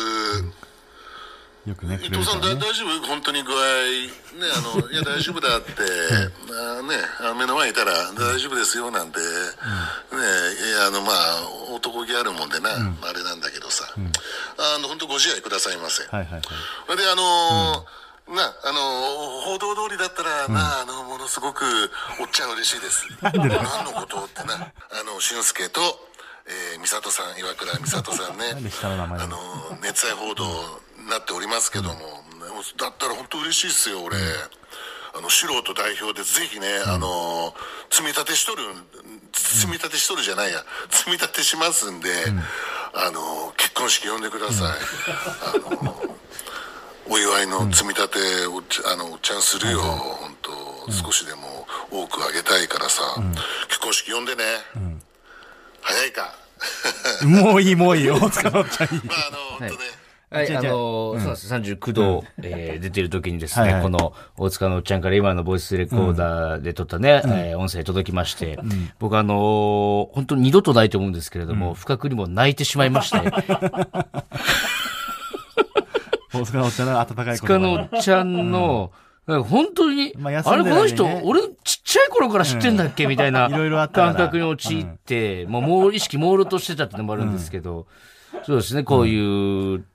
Speaker 1: よくね、くれ
Speaker 3: 伊
Speaker 1: る
Speaker 3: 藤さん、
Speaker 1: か
Speaker 3: だ
Speaker 1: ら
Speaker 3: 大
Speaker 1: ね。
Speaker 3: 丈夫本当に具合。ね、あ の、いや、大丈夫だって、あね、あ目の前いたら大丈夫ですよなんて、ね、いや、あの、まあ、男気あるもんでな、あれなんだけどさ、あの、本当ご自愛くださいませ。
Speaker 1: はいはいはい。
Speaker 3: で、あのーな、あのー報道通りだったら、な、あの、物のすごくおっちゃん嬉しいです何のことってなあの俊介と、えー、美里さん岩倉美里さんね
Speaker 1: なんで下の名前
Speaker 3: あの熱愛報道になっておりますけども、だったら本当嬉しいですよ俺、あの素人代表でぜひね、あの積み立てしとる積み立てしとるじゃないや積み立てしますんで、あの結婚式呼んでください、あのお祝いの積み立てを、あのおっちゃんするよ、本当少しでも多くあげたいからさ、結婚式呼んでね、早いか
Speaker 1: もういい、もういい、大塚のおっちゃんいい。
Speaker 3: まああの本当ね、
Speaker 2: はい、
Speaker 1: じゃ
Speaker 2: あ
Speaker 1: あじゃあ
Speaker 2: のーそうなんです。39度、え ー出てる時にですね、
Speaker 1: はいはい
Speaker 2: この大塚のおっちゃんから今のボイスレコーダーで撮ったね、えー音声届きまして、僕あのー本当に二度とないと思うんですけれども、不覚にも泣いてしまいまして、
Speaker 1: 大塚のおっちゃんの温かい
Speaker 2: 大
Speaker 1: 子
Speaker 2: 塚のおっちゃんの、なんか本当に、
Speaker 1: まあ
Speaker 2: あ、
Speaker 1: 休ん
Speaker 2: れ
Speaker 1: で
Speaker 2: こ
Speaker 1: ないね
Speaker 2: の人、俺ちっちゃい頃から知ってんだっけ、みたいな
Speaker 1: いろいろあったから
Speaker 2: 感覚に陥って、もうもう意識朦朧としてたってのもあるんですけど、そうですね、こういう、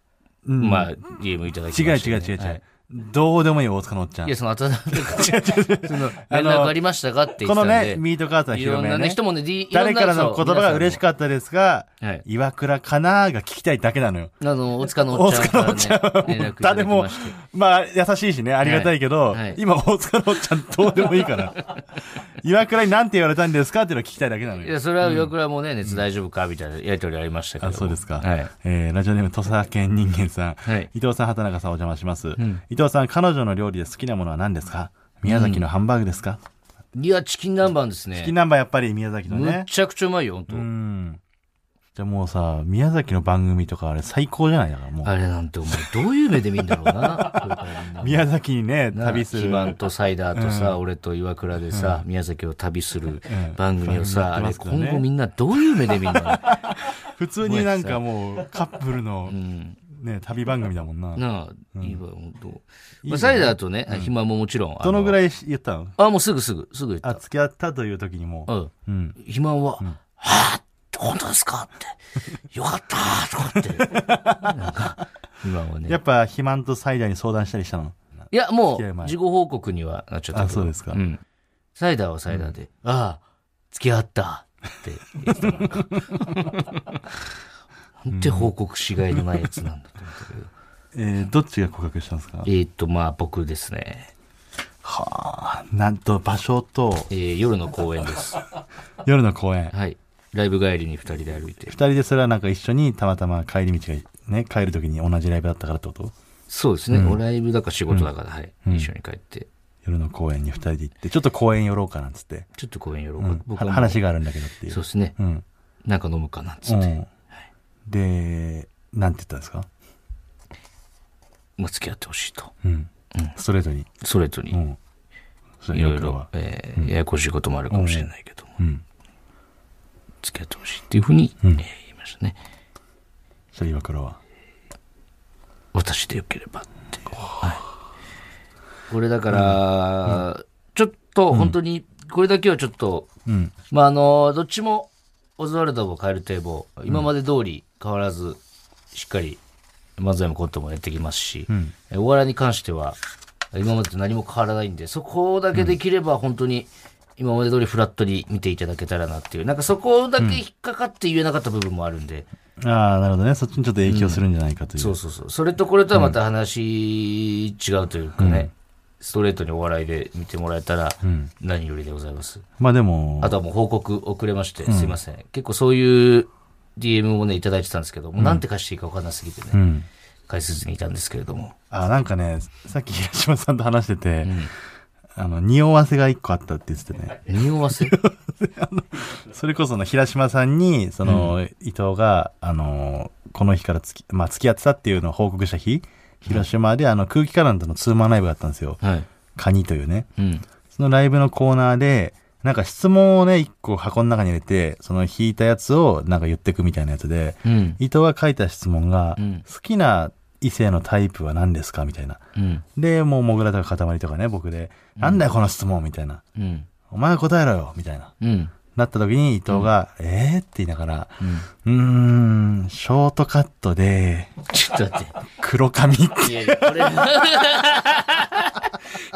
Speaker 2: まあ、DM いただきまし
Speaker 1: 違う
Speaker 2: てね、
Speaker 1: 違う違う違う。
Speaker 2: はい
Speaker 1: どうでもいい、大塚のおっちゃん。
Speaker 2: いや、その、温か く、その、
Speaker 1: あ
Speaker 2: 連
Speaker 1: の
Speaker 2: 絡ありましたかって言
Speaker 1: こ
Speaker 2: って
Speaker 1: の
Speaker 2: たん
Speaker 1: ね
Speaker 2: で、、
Speaker 1: ミートカートはい広
Speaker 2: ろん
Speaker 1: め
Speaker 2: なね、
Speaker 1: ね
Speaker 2: 人。もね、D-
Speaker 1: 誰からの言葉が嬉し
Speaker 2: っ
Speaker 1: かったですが
Speaker 2: はい、
Speaker 1: 岩倉かなが聞きたいだけなのよ。
Speaker 2: た。あの、大塚のおっちゃんからね、連絡いただ
Speaker 1: 誰
Speaker 2: き
Speaker 1: も
Speaker 2: まして。、
Speaker 1: まあ、優しいしね、ありがたいけど、
Speaker 2: はいはい
Speaker 1: 今、大塚のおっちゃん、どうでもいい から。岩倉に何て言われたんですかっていうのを聞きたいだけなの
Speaker 2: い
Speaker 1: よ。
Speaker 2: や、それは岩倉もね、熱大丈夫かみたいなやりとりありましたけど
Speaker 1: あ
Speaker 2: も。
Speaker 1: そうですか。
Speaker 2: はい。
Speaker 1: えーラジオネーム、土佐県人間さん。
Speaker 2: はい
Speaker 1: 伊藤さん、畑中さん、お邪魔します。伊藤さん、彼女の料理で好きなものは何ですか宮崎のハンバーグですか、
Speaker 2: いや、チキン南蛮です
Speaker 1: チキン
Speaker 2: ね。
Speaker 1: ナンバーやっぱり宮崎の
Speaker 2: むっ
Speaker 1: ね。
Speaker 2: ちゃくちゃうまいよ、本
Speaker 1: うん。じゃあもうさ、宮崎の番組とかあれ最高じゃないだから、も
Speaker 2: 当。あ
Speaker 1: う。
Speaker 2: れなんて、お前、どういう目で見んだろうな。これからみんな
Speaker 1: 宮崎にね、 旅す
Speaker 2: 基
Speaker 1: る。
Speaker 2: 盤とサイダーとさ、俺と岩倉でさ、宮崎を旅する番組をさ、
Speaker 1: うん
Speaker 2: あれ、
Speaker 1: 番組やってますけどね
Speaker 2: 今後みんなどういう目で見んだろう
Speaker 1: 普通になんかもう、カップルの
Speaker 2: ん、
Speaker 1: ね、旅番組だもんな。
Speaker 2: なあ、いいわ、本当。まあ、サイダーとね、暇ももちろん。
Speaker 1: どのぐら
Speaker 2: い
Speaker 1: い言ったの
Speaker 2: あ、もうすぐすぐ、すぐ言っ
Speaker 1: あ、
Speaker 2: た。
Speaker 1: 付き合ったという時にも
Speaker 2: う
Speaker 1: う。
Speaker 2: ん。
Speaker 1: うん。
Speaker 2: 暇は、はあ本当ですかって。よかったー とかって。なんか、今はね。
Speaker 1: やっぱ、肥満とサイダーに相談したりしたの
Speaker 2: いや、も
Speaker 1: 付き合う
Speaker 2: う、
Speaker 1: 前
Speaker 2: 事後報告にはなっちゃったけど。
Speaker 1: あそうですか
Speaker 2: ん。サイダーはサイダーで、ああ、付き合った って言ってたなんか。なんて報告しがいのないやつなんだと思ったけど。
Speaker 1: えー、どっちが告白したんですか
Speaker 2: えーっと、まあ、僕ですね。
Speaker 1: はあ、なんと場所と
Speaker 2: えー夜の公演です。
Speaker 1: 夜の公園。
Speaker 2: はい。ライブ帰りに二人で歩いて
Speaker 1: 二。人でそれはなんか一緒にたまたま帰り道がね、帰る時に同じライブだったからってこと
Speaker 2: そうですね。おライブだか仕事だから、はい。一緒に帰って。
Speaker 1: 夜の公園に二人で行って、ちょっと公園寄ろうかなんつって。
Speaker 2: ちょっと公園寄ろう
Speaker 1: う
Speaker 2: か。
Speaker 1: ん、
Speaker 2: 僕
Speaker 1: は
Speaker 2: は
Speaker 1: 話
Speaker 2: が。
Speaker 1: があるんだけどっていう。
Speaker 2: そうですね。
Speaker 1: うん。
Speaker 2: なんか飲むかな、つ
Speaker 1: う
Speaker 2: って。
Speaker 1: ん。で、なんて言ったんですか
Speaker 2: まあ、付き合ってほしいと。
Speaker 1: うん。ストレートに。
Speaker 2: ストレートに
Speaker 1: う。ん。それ
Speaker 2: いろい
Speaker 1: 僕ら
Speaker 2: ろ
Speaker 1: は、
Speaker 2: えーややこしいこともあるかもしれないけども、
Speaker 1: うん。
Speaker 2: 付き合ってほしいっていうふうに、えー言いましたね。
Speaker 1: それ岩倉は。
Speaker 2: 私でよければっていう。はい、これだから、ちょっと本当に、これだけはちょっと、
Speaker 1: うん。
Speaker 2: まあ、あの、どっちも、オズワルドもカエル堤防、今まで通り変わらず、しっかり漫才もコントもやってきますし、
Speaker 1: ん
Speaker 2: えお笑いに関しては、今までと何も変わらないんで、そこだけできれば本当に、今まで通りフラットに見ていただけたらなっていう、なんかそこだけ引っかかって言えなかった部分もあるんで、
Speaker 1: ああ、なるほどね。そっちにちょっと影響するんじゃないかという。
Speaker 2: そうそうそう。それとこれとはまた話違うというかね、ストレートにお笑いで見てもらえたら何よりでございます。
Speaker 1: まあでも
Speaker 2: あ、とはもう報告遅れまして、すいません。結構そういう DM をね、いただいてたんですけど、もうなんて返していいか分かんなすぎてね、
Speaker 1: うん。
Speaker 2: 返せずにいたんですけれども。
Speaker 1: あ、なんかね、さっき平島さんと話してて、あの、匂わせが一個あったって言っててね。
Speaker 2: 匂わせ
Speaker 1: それこそ、の平島さんに、その、伊藤が、あの、この日からつき、まあ、付き合ってたっていうのを報告した日、広島で、あの、空気カランとのツーマンライブがあったんですよ。
Speaker 2: はい。
Speaker 1: カニというね。
Speaker 2: うん。
Speaker 1: そのライブのコーナーで、なんか質問をね、一個箱の中に入れて、その引いたやつをなんか言ってくみたいなやつで、
Speaker 2: うん。
Speaker 1: 伊藤が書いた質問が、
Speaker 2: うん
Speaker 1: 好きな異性のタイプは何ですかみたいな。
Speaker 2: うん。
Speaker 1: で、もう、モグラとか塊とかね、僕で、なんだよ、この質問みたいな。
Speaker 2: うん。
Speaker 1: お前答えろよみたいな。
Speaker 2: うん。
Speaker 1: なった時に伊藤が、えーって言いながら、
Speaker 2: うん。
Speaker 1: うーん、ショートカットで、
Speaker 2: ちょっと待って。
Speaker 1: 黒髪って。
Speaker 2: いやいやこれ。い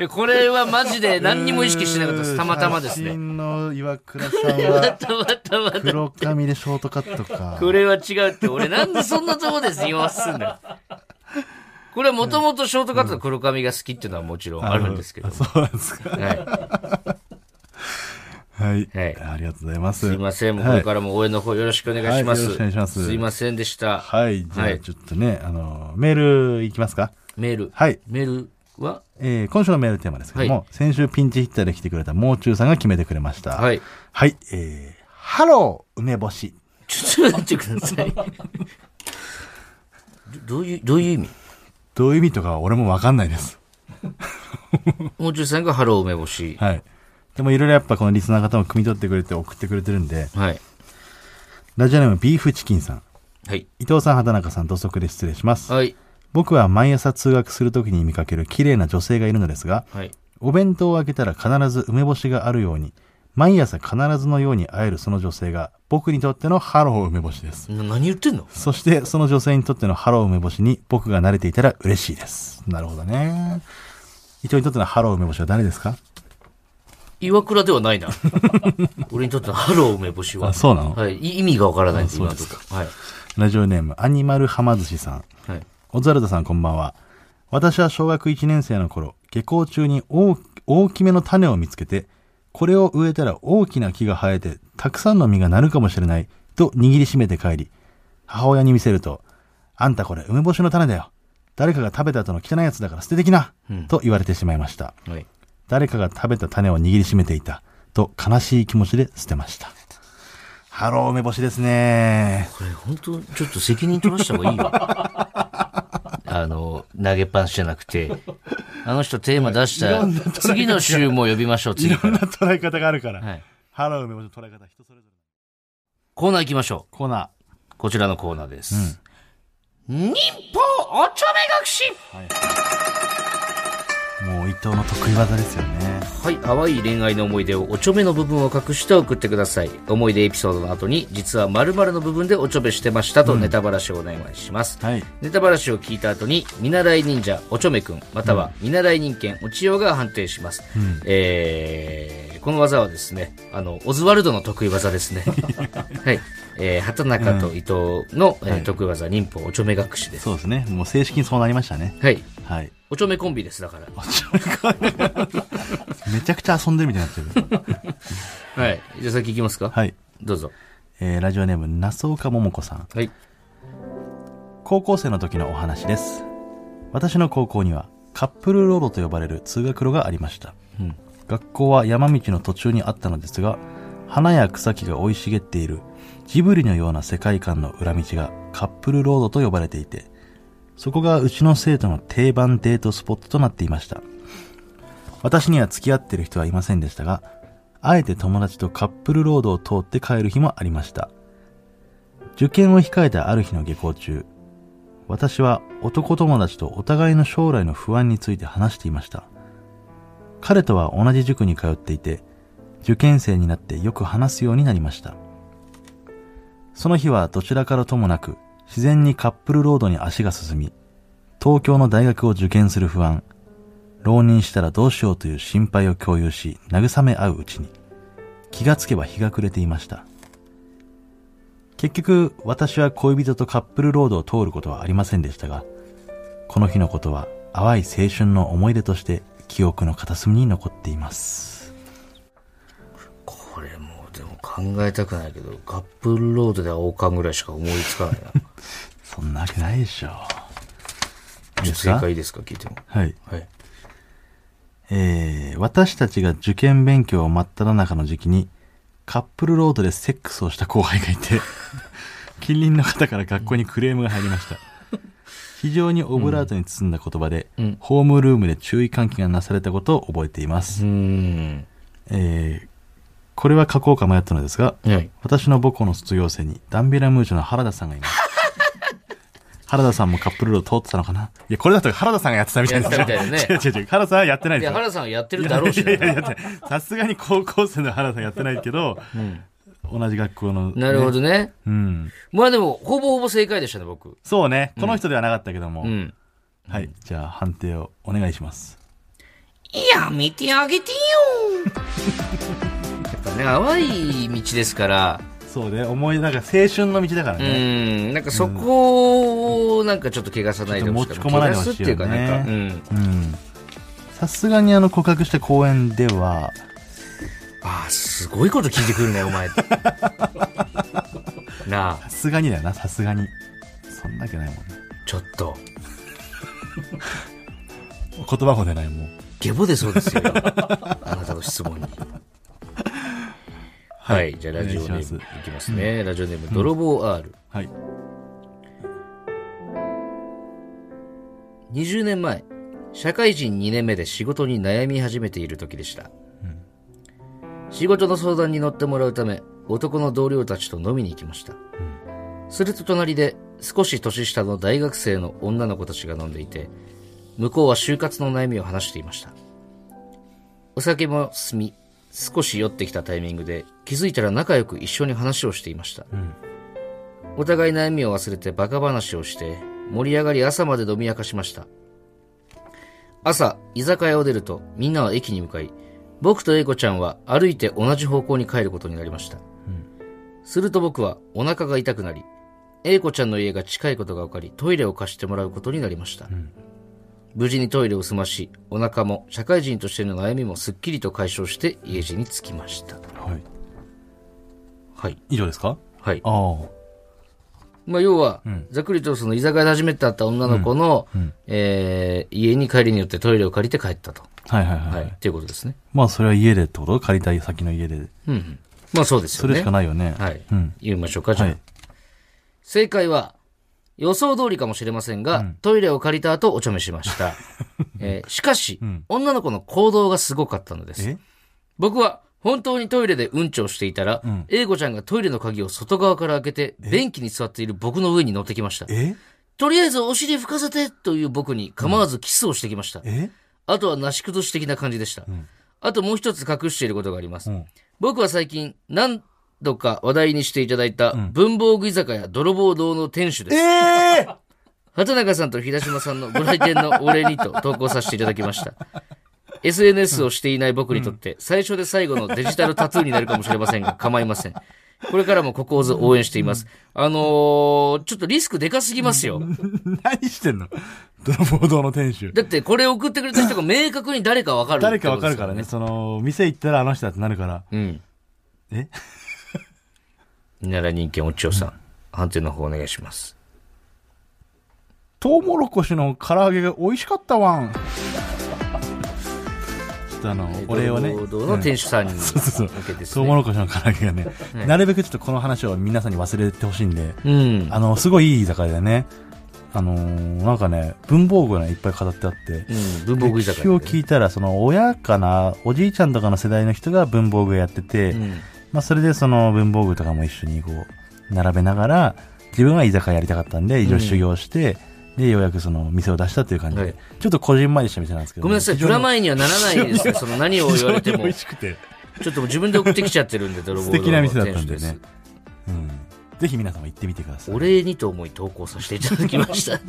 Speaker 2: やこれはマジで何にも意識してなかったです。たまたまです
Speaker 1: 写
Speaker 2: ね。
Speaker 1: 真の岩倉さんは
Speaker 2: たまたま。
Speaker 1: 黒髪でショートカット か。
Speaker 2: これは違うって、俺なんでそんなとこです言わすんだよ。これはもともとショートカットの黒髪が好きっていうのはもちろんあるんですけど。
Speaker 1: あ
Speaker 2: は
Speaker 1: そうなんですか。
Speaker 2: い。
Speaker 1: はい。
Speaker 2: はい
Speaker 1: ありがとうございます。
Speaker 2: すいません。もうこれからも応援の方よろしくお願いします。
Speaker 1: はいよろしくお願いします
Speaker 2: すいませんでした。
Speaker 1: はい。じゃ
Speaker 2: は
Speaker 1: あ
Speaker 2: い
Speaker 1: ちょっとね、あの、メールいきますか。
Speaker 2: メール。
Speaker 1: はい
Speaker 2: メールは
Speaker 1: えー今週のメールテーマですけども、
Speaker 2: は
Speaker 1: 先週ピンチヒッターで来てくれたもう中さんが決めてくれました。
Speaker 2: はい。
Speaker 1: はい。えー、ハロー梅干し。
Speaker 2: ちょっと待ってください。どどういう、どういう意味
Speaker 1: どういう意味とかは俺もわかんないです。
Speaker 2: もう中さんがハロー梅干し。
Speaker 1: はい。でもいろいろやっぱこのリスナーの方も汲み取ってくれて送ってくれてるんで、
Speaker 2: はい。
Speaker 1: ラジオネームビーフチキンさん。
Speaker 2: はい。
Speaker 1: 伊藤さん、畑中さん、土足で失礼します。
Speaker 2: はい。
Speaker 1: 僕は毎朝通学するときに見かける綺麗な女性がいるのですが、
Speaker 2: はい。
Speaker 1: お弁当を開けたら必ず梅干しがあるように、毎朝必ずのように会えるその女性が、僕にとってのハロー梅干しです。
Speaker 2: な何言ってんの
Speaker 1: そして、その女性にとってのハロー梅干しに僕が慣れていたら嬉しいです。なるほどね。伊藤にとってのハロー梅干しは誰ですか
Speaker 2: 岩倉ではな いな。俺にとってはハロー梅干しは。
Speaker 1: あそうなの
Speaker 2: はい。い意味がわからないんです、
Speaker 1: あ
Speaker 2: 今
Speaker 1: そう
Speaker 2: の
Speaker 1: で
Speaker 2: と
Speaker 1: す
Speaker 2: こ。はい。
Speaker 1: ラジオネーム、アニマルはま寿司さん。
Speaker 2: はい。
Speaker 1: オズワルドさんこんばんは。私は小学1年生の頃、下校中に大大きめの種を見つけて、これを植えたら大きな木が生えて、たくさんの実がなるかもしれない、と握りしめて帰り、母親に見せると、あんたこれ梅干しの種だよ。誰かが食べた後の汚いやつだから捨ててきな、と言われてしまいました。
Speaker 2: はい。
Speaker 1: 誰かが食べた種を握りしめていた、と悲しい気持ちで捨てました。ハロー梅干しですね。
Speaker 2: これ本当、ちょっと責任取らした方がいいわ。あの、投げパンじゃなくて、あの人テーマ出した、次の週も呼びましょう、
Speaker 1: い
Speaker 2: 次
Speaker 1: ろ
Speaker 2: か
Speaker 1: んな
Speaker 2: ら。
Speaker 1: 捉え方があるから。
Speaker 2: はい。
Speaker 1: ハロー梅干しの捉え方人それぞれ。
Speaker 2: コーナー行きましょ
Speaker 1: コーナ
Speaker 2: う。こちらのコーナーです。忍法おちょめ隠し
Speaker 1: ー。もう伊藤の得意技ですよね。
Speaker 2: はい、淡い恋愛の思い出をおちょめの部分を隠して送ってください。思い出エピソードの後に、実は〇〇の部分でおちょめしてましたとネタバラシをお願いします。
Speaker 1: はい。
Speaker 2: ネタバラシを聞いた後に、見習い忍者おちょめくん、または見習い人間おちよが判定します。えーこの技はですね、あの、オズワルドの得意技です ね。はい。えー畑中と伊藤の、えー得意技、忍法おちょめ隠しです。
Speaker 1: そうですね。もう正式にそうなりましたね。
Speaker 2: はい。
Speaker 1: はい。
Speaker 2: おちょめコンビです、だから。
Speaker 1: めちゃくちゃ遊んでるみたいになってる。
Speaker 2: はい。じゃあ先行きますか。
Speaker 1: はい。
Speaker 2: どうぞ。
Speaker 1: えー、ラジオネーム、なそ岡かももこさん。
Speaker 2: はい。
Speaker 1: 高校生の時のお話です。私の高校には、カップルロードと呼ばれる通学路がありました。学校は山道の途中にあったのですが、花や草木が生い茂っているジブリのような世界観の裏道がカップルロードと呼ばれていて、そこがうちの生徒の定番デートスポットとなっていました。私には付き合ってる人はいませんでしたが、あえて友達とカップルロードを通って帰る日もありました。受験を控えたある日の下校中、私は男友達とお互いの将来の不安について話していました。彼とは同じ塾に通っていて、受験生になってよく話すようになりました。その日はどちらからともなく、自然にカップルロードに足が進み、東京の大学を受験する不安、浪人したらどうしようという心配を共有し、慰め合ううちに、気がつけば日が暮れていました。結局、私は恋人とカップルロードを通ることはありませんでしたが、この日のことは淡い青春の思い出として記憶の片隅に残っています。
Speaker 2: これもうでも考えたくないけどカップルロードでは王冠ぐらいしか思いつかない な
Speaker 1: そんなわけないでしょう。
Speaker 2: ちょっと
Speaker 1: です
Speaker 2: 正
Speaker 1: か
Speaker 2: 解いいですか聞いても
Speaker 1: はい。
Speaker 2: はい
Speaker 1: えー、私たちが受験勉強真っ只中の時期に、カップルロードでセックスをした後輩がいて、近隣の方から学校にクレームが入りました。非常にオブラートに包んだ言葉で、
Speaker 2: うん
Speaker 1: ホームルームで注意喚起がなされたことを覚えていま
Speaker 2: う
Speaker 1: す。
Speaker 2: ーん
Speaker 1: えー、これは書こうか迷ったのですが、
Speaker 2: はい
Speaker 1: 私の母校の卒業生にダンビラムーチョの原田さんがいます。 原田さんもカップルード通ってたのかないや、これだと原田さんがやってたみたいです
Speaker 2: やってたみたいだ
Speaker 1: 違う違う違う。原田さんはやってない
Speaker 2: い
Speaker 1: です
Speaker 2: や
Speaker 1: よ。
Speaker 2: 原さんはやってるだろうし
Speaker 1: いやいやい
Speaker 2: な
Speaker 1: やさすがに高校生の原田さんやってないけど、同じ学校の、
Speaker 2: なるほ
Speaker 1: ね。
Speaker 2: どね
Speaker 1: うん。
Speaker 2: まあでもほぼほぼ正解でしたね僕
Speaker 1: そうね。この人ではなかったけども。
Speaker 2: うん
Speaker 1: はい。じゃあ判定をお願いします。
Speaker 2: いやめてあげてよ やっぱね淡い道ですから
Speaker 1: そうね、思い、なんか青春の道だから
Speaker 2: う
Speaker 1: ね。
Speaker 2: んなんかそこをなんかちょっと汚さないでほしい
Speaker 1: ちょっと持ち込まないでほしいよね
Speaker 2: 汚すっていうかなんか、うん、
Speaker 1: うん。さすがにあの告白した公演では、
Speaker 2: ああすごいこと聞いてくるねお前 なあ
Speaker 1: さすがにだよな、さすがに。そんなわけないもんね。
Speaker 2: ちょっと
Speaker 1: 言葉も出ないもん。
Speaker 2: ゲボ出そうですよあなたの質問にはいじゃあラジオネ
Speaker 1: お願い
Speaker 2: ー
Speaker 1: し
Speaker 2: ム
Speaker 1: ま
Speaker 2: いきますね、ラジオネーム泥棒 R、
Speaker 1: はい。
Speaker 2: 20年前社会人2年目で仕事に悩み始めている時でした、仕事の相談に乗ってもらうため男の同僚たちと飲みに行きました、すると隣で少し年下の大学生の女の子たちが飲んでいて向こうは就活の悩みを話していましたお酒も進み少し酔ってきたタイミングで気づいたら仲良く一緒に話をしていました、お互い悩みを忘れてバカ話をして盛り上がり朝まで飲み明かしました朝居酒屋を出るとみんなは駅に向かい僕と英子ちゃんは歩いて同じ方向に帰ることになりました、すると僕はお腹が痛くなり英子ちゃんの家が近いことが分かりトイレを貸してもらうことになりました、無事にトイレを済ましお腹も社会人としての悩みもすっきりと解消して家路に着きました
Speaker 1: はい。
Speaker 2: はい
Speaker 1: 以上ですか
Speaker 2: はい
Speaker 1: ああ。
Speaker 2: まあ、要は、ざっくりとその居酒屋で初めて会った女の子の、えー家に帰りによってトイレを借りて帰ったと。
Speaker 1: はいはいは。
Speaker 2: はいい。っていうことですね。
Speaker 1: まあそれは家でってこと借りたい先の家で。
Speaker 2: うんうん。まあ、そうです
Speaker 1: そ
Speaker 2: よね。
Speaker 1: れしかないよね。
Speaker 2: はい。
Speaker 1: うん。
Speaker 2: 言いましょうか、じゃあ。
Speaker 1: はい
Speaker 2: 正解は、予想通りかもしれませんが、トイレを借りた後、お茶目しま した。えーしかし、女の子の行動がすごかったのです。
Speaker 1: え
Speaker 2: 僕は本当にトイレでうんちをしていたら、英子ちゃんがトイレの鍵を外側から開けて、便器に座っている僕の上に乗ってきました。
Speaker 1: え
Speaker 2: とりあえずお尻拭かせてという僕に構わずキスをしてきました。
Speaker 1: え
Speaker 2: あとはなし崩し的な感じでした。あともう一つ隠していることがあります。
Speaker 1: ん
Speaker 2: 僕は最近何度か話題にしていただいた文房具居酒屋泥棒堂の店主です。
Speaker 1: えー
Speaker 2: 畑中さんと平島さんのご来店のお礼にと投稿させていただきました。SNS をしていない僕にとって、最初で最後のデジタルタトゥーになるかもしれませんが、構いません。これからもここをず応援しています。あのーちょっとリスクでかすぎますよ。
Speaker 1: 何してんの 泥棒堂の店主。
Speaker 2: だってこれ送ってく れた人が明確に誰かわかる
Speaker 1: 誰かわかるからね。。その、店行ったらあの人だってなるから。
Speaker 2: うん。
Speaker 1: え
Speaker 2: 見習い人間お千代さん、判定の方お願いします。
Speaker 1: トウモロコシの唐揚げが美味しかったわ ん。ちょっとあの、お礼をね。
Speaker 2: 堂々の店主さんに
Speaker 1: そうそう
Speaker 2: 向
Speaker 1: そ
Speaker 2: け
Speaker 1: う。
Speaker 2: てです
Speaker 1: トウモ
Speaker 2: ね。
Speaker 1: ロコシの唐揚げがね、なるべくちょっとこの話を皆さんに忘れてほしいんで、
Speaker 2: うん。
Speaker 1: あの、すごいいい居酒屋でね、あのーなんかね、文房具がねいっぱい飾ってあって、
Speaker 2: うん。文房具居
Speaker 1: 歴
Speaker 2: 酒
Speaker 1: 史
Speaker 2: 屋
Speaker 1: を
Speaker 2: でね。
Speaker 1: 聞いたら、その親かな、おじいちゃんとかの世代の人が文房具やってて、
Speaker 2: うん。
Speaker 1: まあそれでその文房具とかも一緒にこう、並べながら、自分は居酒屋やりたかったんで、一応修行して、で、ようやくその店を出したっていう感じで、
Speaker 2: はい
Speaker 1: ちょっとこじんまりした店なんですけど、
Speaker 2: ごめんなさい、
Speaker 1: 非
Speaker 2: プ
Speaker 1: 常に
Speaker 2: ラマイにはならないですよ。その何を言われ
Speaker 1: 非
Speaker 2: て
Speaker 1: 常に
Speaker 2: も。
Speaker 1: 美味
Speaker 2: ち
Speaker 1: しくて、
Speaker 2: ょっともう自分で送ってきちゃってるんで、泥棒
Speaker 1: 素
Speaker 2: 堂
Speaker 1: 敵な
Speaker 2: の
Speaker 1: 店だった
Speaker 2: 店
Speaker 1: ん
Speaker 2: 主
Speaker 1: で
Speaker 2: です。
Speaker 1: ね。うん。ぜひ皆さんも行ってみてください
Speaker 2: お。礼にと思い投稿させていただきました。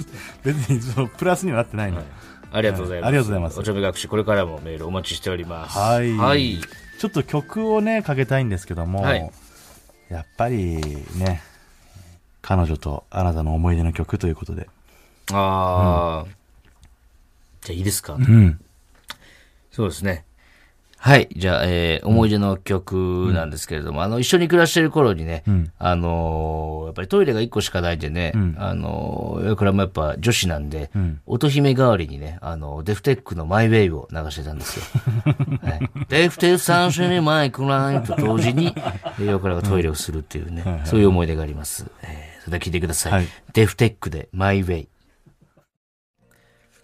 Speaker 1: 別にそのプラスにはなってないので、
Speaker 2: ありがとうございます。
Speaker 1: ありがとうございます
Speaker 2: おちょめ学習、これからもメールお待ちしております。
Speaker 1: はい
Speaker 2: はい。
Speaker 1: ちょっと曲をね、かけたいんですけども、
Speaker 2: はい
Speaker 1: やっぱりね、彼女とあなたの思い出の曲ということで。
Speaker 2: ああ。じゃあいいですか
Speaker 1: うん。
Speaker 2: そうですね。はい。じゃあ、えー思い出の曲なんですけれども、あの、一緒に暮らしてる頃にね、あのーやっぱりトイレが一個しかないんでね、あのー、これもやっぱ女子なんで、乙姫代わりにね、あの、デフテックのマイウェイを流してたんですよ。 はい、デフテック三種にマイクライと同時 に、ヨクラがトイレをするっていうね、そういう思い出があります。えーそれでは聞いてください。
Speaker 1: はい
Speaker 2: デフテックでマイウェイ。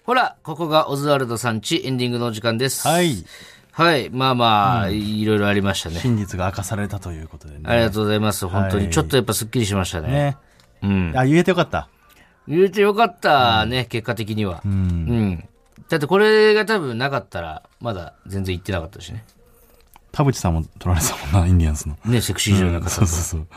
Speaker 2: ほら、ここがオズワルドさんちエンディングのお時間です。
Speaker 1: はい。
Speaker 2: はい、まあまあ、いろいろありましたね。
Speaker 1: 真実が明かされたということでね。
Speaker 2: ありがとうございます。本当
Speaker 1: は
Speaker 2: に。
Speaker 1: い
Speaker 2: ちょっとやっぱすっきりしましたね。
Speaker 1: ね。
Speaker 2: うん。
Speaker 1: あ、言えてよかった。
Speaker 2: 言えてよかったね、結果的には。うん。だってこれが多分なかったら、まだ全然行ってなかったしね。
Speaker 1: 田淵さんも取られてたもんな、インディアンスの。
Speaker 2: ね、セクシー女優の方
Speaker 1: そうそうそう。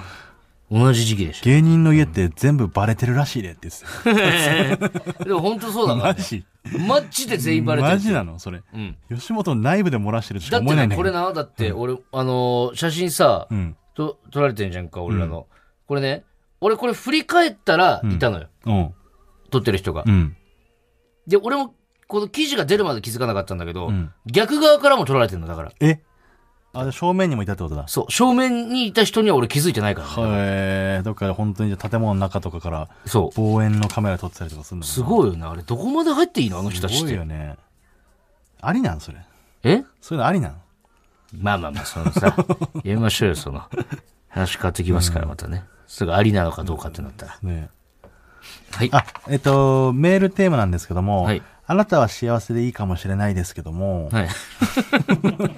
Speaker 2: 同じ時期でし
Speaker 1: 芸人の家って全部バレてるらしいでって言ってたよ
Speaker 2: た。でも本当そうだか
Speaker 1: マ
Speaker 2: らね。
Speaker 1: ジ
Speaker 2: マジで全員バレてる。
Speaker 1: マジなのそれ、
Speaker 2: ん
Speaker 1: 吉本内部で漏らしてるとし
Speaker 2: だ
Speaker 1: か
Speaker 2: っ
Speaker 1: 思
Speaker 2: て
Speaker 1: えないだ
Speaker 2: なんこ
Speaker 1: け
Speaker 2: れ
Speaker 1: ど。
Speaker 2: な、だって俺、あのー写真さ、
Speaker 1: ん
Speaker 2: と撮られてんじゃんか、俺らの。これね、俺これ振り返ったらいたのよ、
Speaker 1: うん。
Speaker 2: 撮ってる人が。
Speaker 1: うん。
Speaker 2: で、俺も、この記事が出るまで気づかなかったんだけど、
Speaker 1: ん
Speaker 2: 逆側からも撮られてるの、だから。
Speaker 1: えあ、正面にもいたってことだ。
Speaker 2: そう、正面にいた人には俺気づいてないから、ね。
Speaker 1: へえ、どっかで本当にじゃあ建物の中とかから
Speaker 2: そう。
Speaker 1: 望遠のカメラ撮ってたりとかするの
Speaker 2: す
Speaker 1: い。
Speaker 2: ごいよね。あれ、どこまで入っていいのあの人たち
Speaker 1: す
Speaker 2: っ
Speaker 1: ごい
Speaker 2: て。
Speaker 1: よね。ありなんそれ。
Speaker 2: え
Speaker 1: そういうのありなん
Speaker 2: まあまあまあ、そ のさ、やめましょうよ、その。話変わってきますから、またね。すぐありなのかどうかってなったら。
Speaker 1: ね
Speaker 2: はい。
Speaker 1: あ、えっと、メールテーマなんですけども、
Speaker 2: はい
Speaker 1: あなたは幸せでいいかもしれないですけども、
Speaker 2: はい。は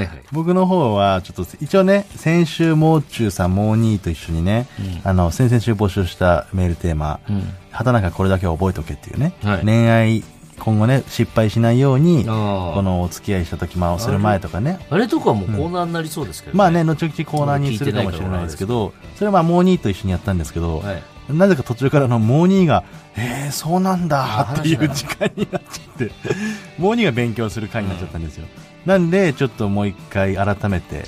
Speaker 2: いはい。
Speaker 1: 僕の方は、ちょっと、一応ね、先週、もう中さん、もう兄と一緒にね、あの、先々週募集したメールテーマ、
Speaker 2: うん。
Speaker 1: 畑中これだけは覚えとけっていうね、
Speaker 2: はい
Speaker 1: 恋愛、今後ね、失敗しないように、こ
Speaker 2: あー
Speaker 1: のお付き合いした時、まあ、する前とかね、
Speaker 2: あれとかはもうコーナーになりそうですけど、
Speaker 1: まあね、後々コーナーにするかもしれないですけど、それはまあ、もう兄と一緒にやったんですけど、
Speaker 2: はい。
Speaker 1: なぜか途中からのモーニーが、えー、そうなんだ
Speaker 2: あ
Speaker 1: ってい
Speaker 2: 話
Speaker 1: う
Speaker 2: が
Speaker 1: 時間になっちゃって、モーニーが勉強する回になっちゃったんですよ。なんで、ちょっともう一回改めて、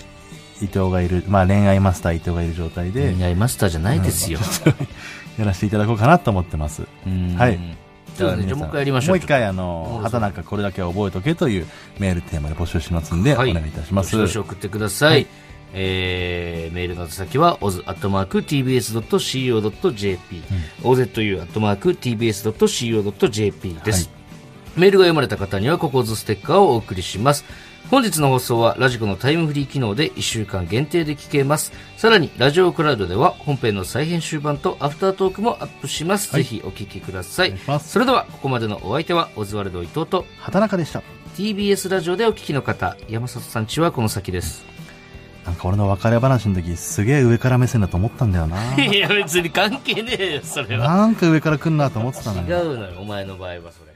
Speaker 1: 伊藤がいる、まあ恋愛マスター伊藤がいる状態で
Speaker 2: 恋、愛マスターじゃないですよ。
Speaker 1: やらせていただこうかなと思ってます。
Speaker 2: うん
Speaker 1: はい。
Speaker 2: じゃあね、
Speaker 1: 皆
Speaker 2: じゃ
Speaker 1: さ
Speaker 2: あ
Speaker 1: ん
Speaker 2: もう一回やりましょう。
Speaker 1: もう一回、あの、畑中これだけは覚えとけというメールテーマで募集しますんで、
Speaker 2: はい
Speaker 1: お願いいたします。
Speaker 2: どしどし送ってください。えーメールの宛先は oz.tbs.co.jp、ozu.tbs.co.jp です、メールが読まれた方にはここずステッカーをお送りします。本日の放送はラジコのタイムフリー機能で1週間限定で聞けます。さらにラジオクラウドでは本編の再編集版とアフタートークもアップします。ぜひお聞きくださ
Speaker 1: お
Speaker 2: い。
Speaker 1: 願いします
Speaker 2: それではここまでのお相手はオズワルド伊藤と
Speaker 1: 畑中でした。
Speaker 2: TBS ラジオでお聞きの方、山里さんちはこの先です。
Speaker 1: なんか俺の別れ話の時、すげえ上から目線だと思ったんだよな。
Speaker 2: いや、別に関係ねえよ、それは。
Speaker 1: なんか上から来んなと思ってたの
Speaker 2: 違
Speaker 1: よ。
Speaker 2: うのよ、お前の場合はそれ。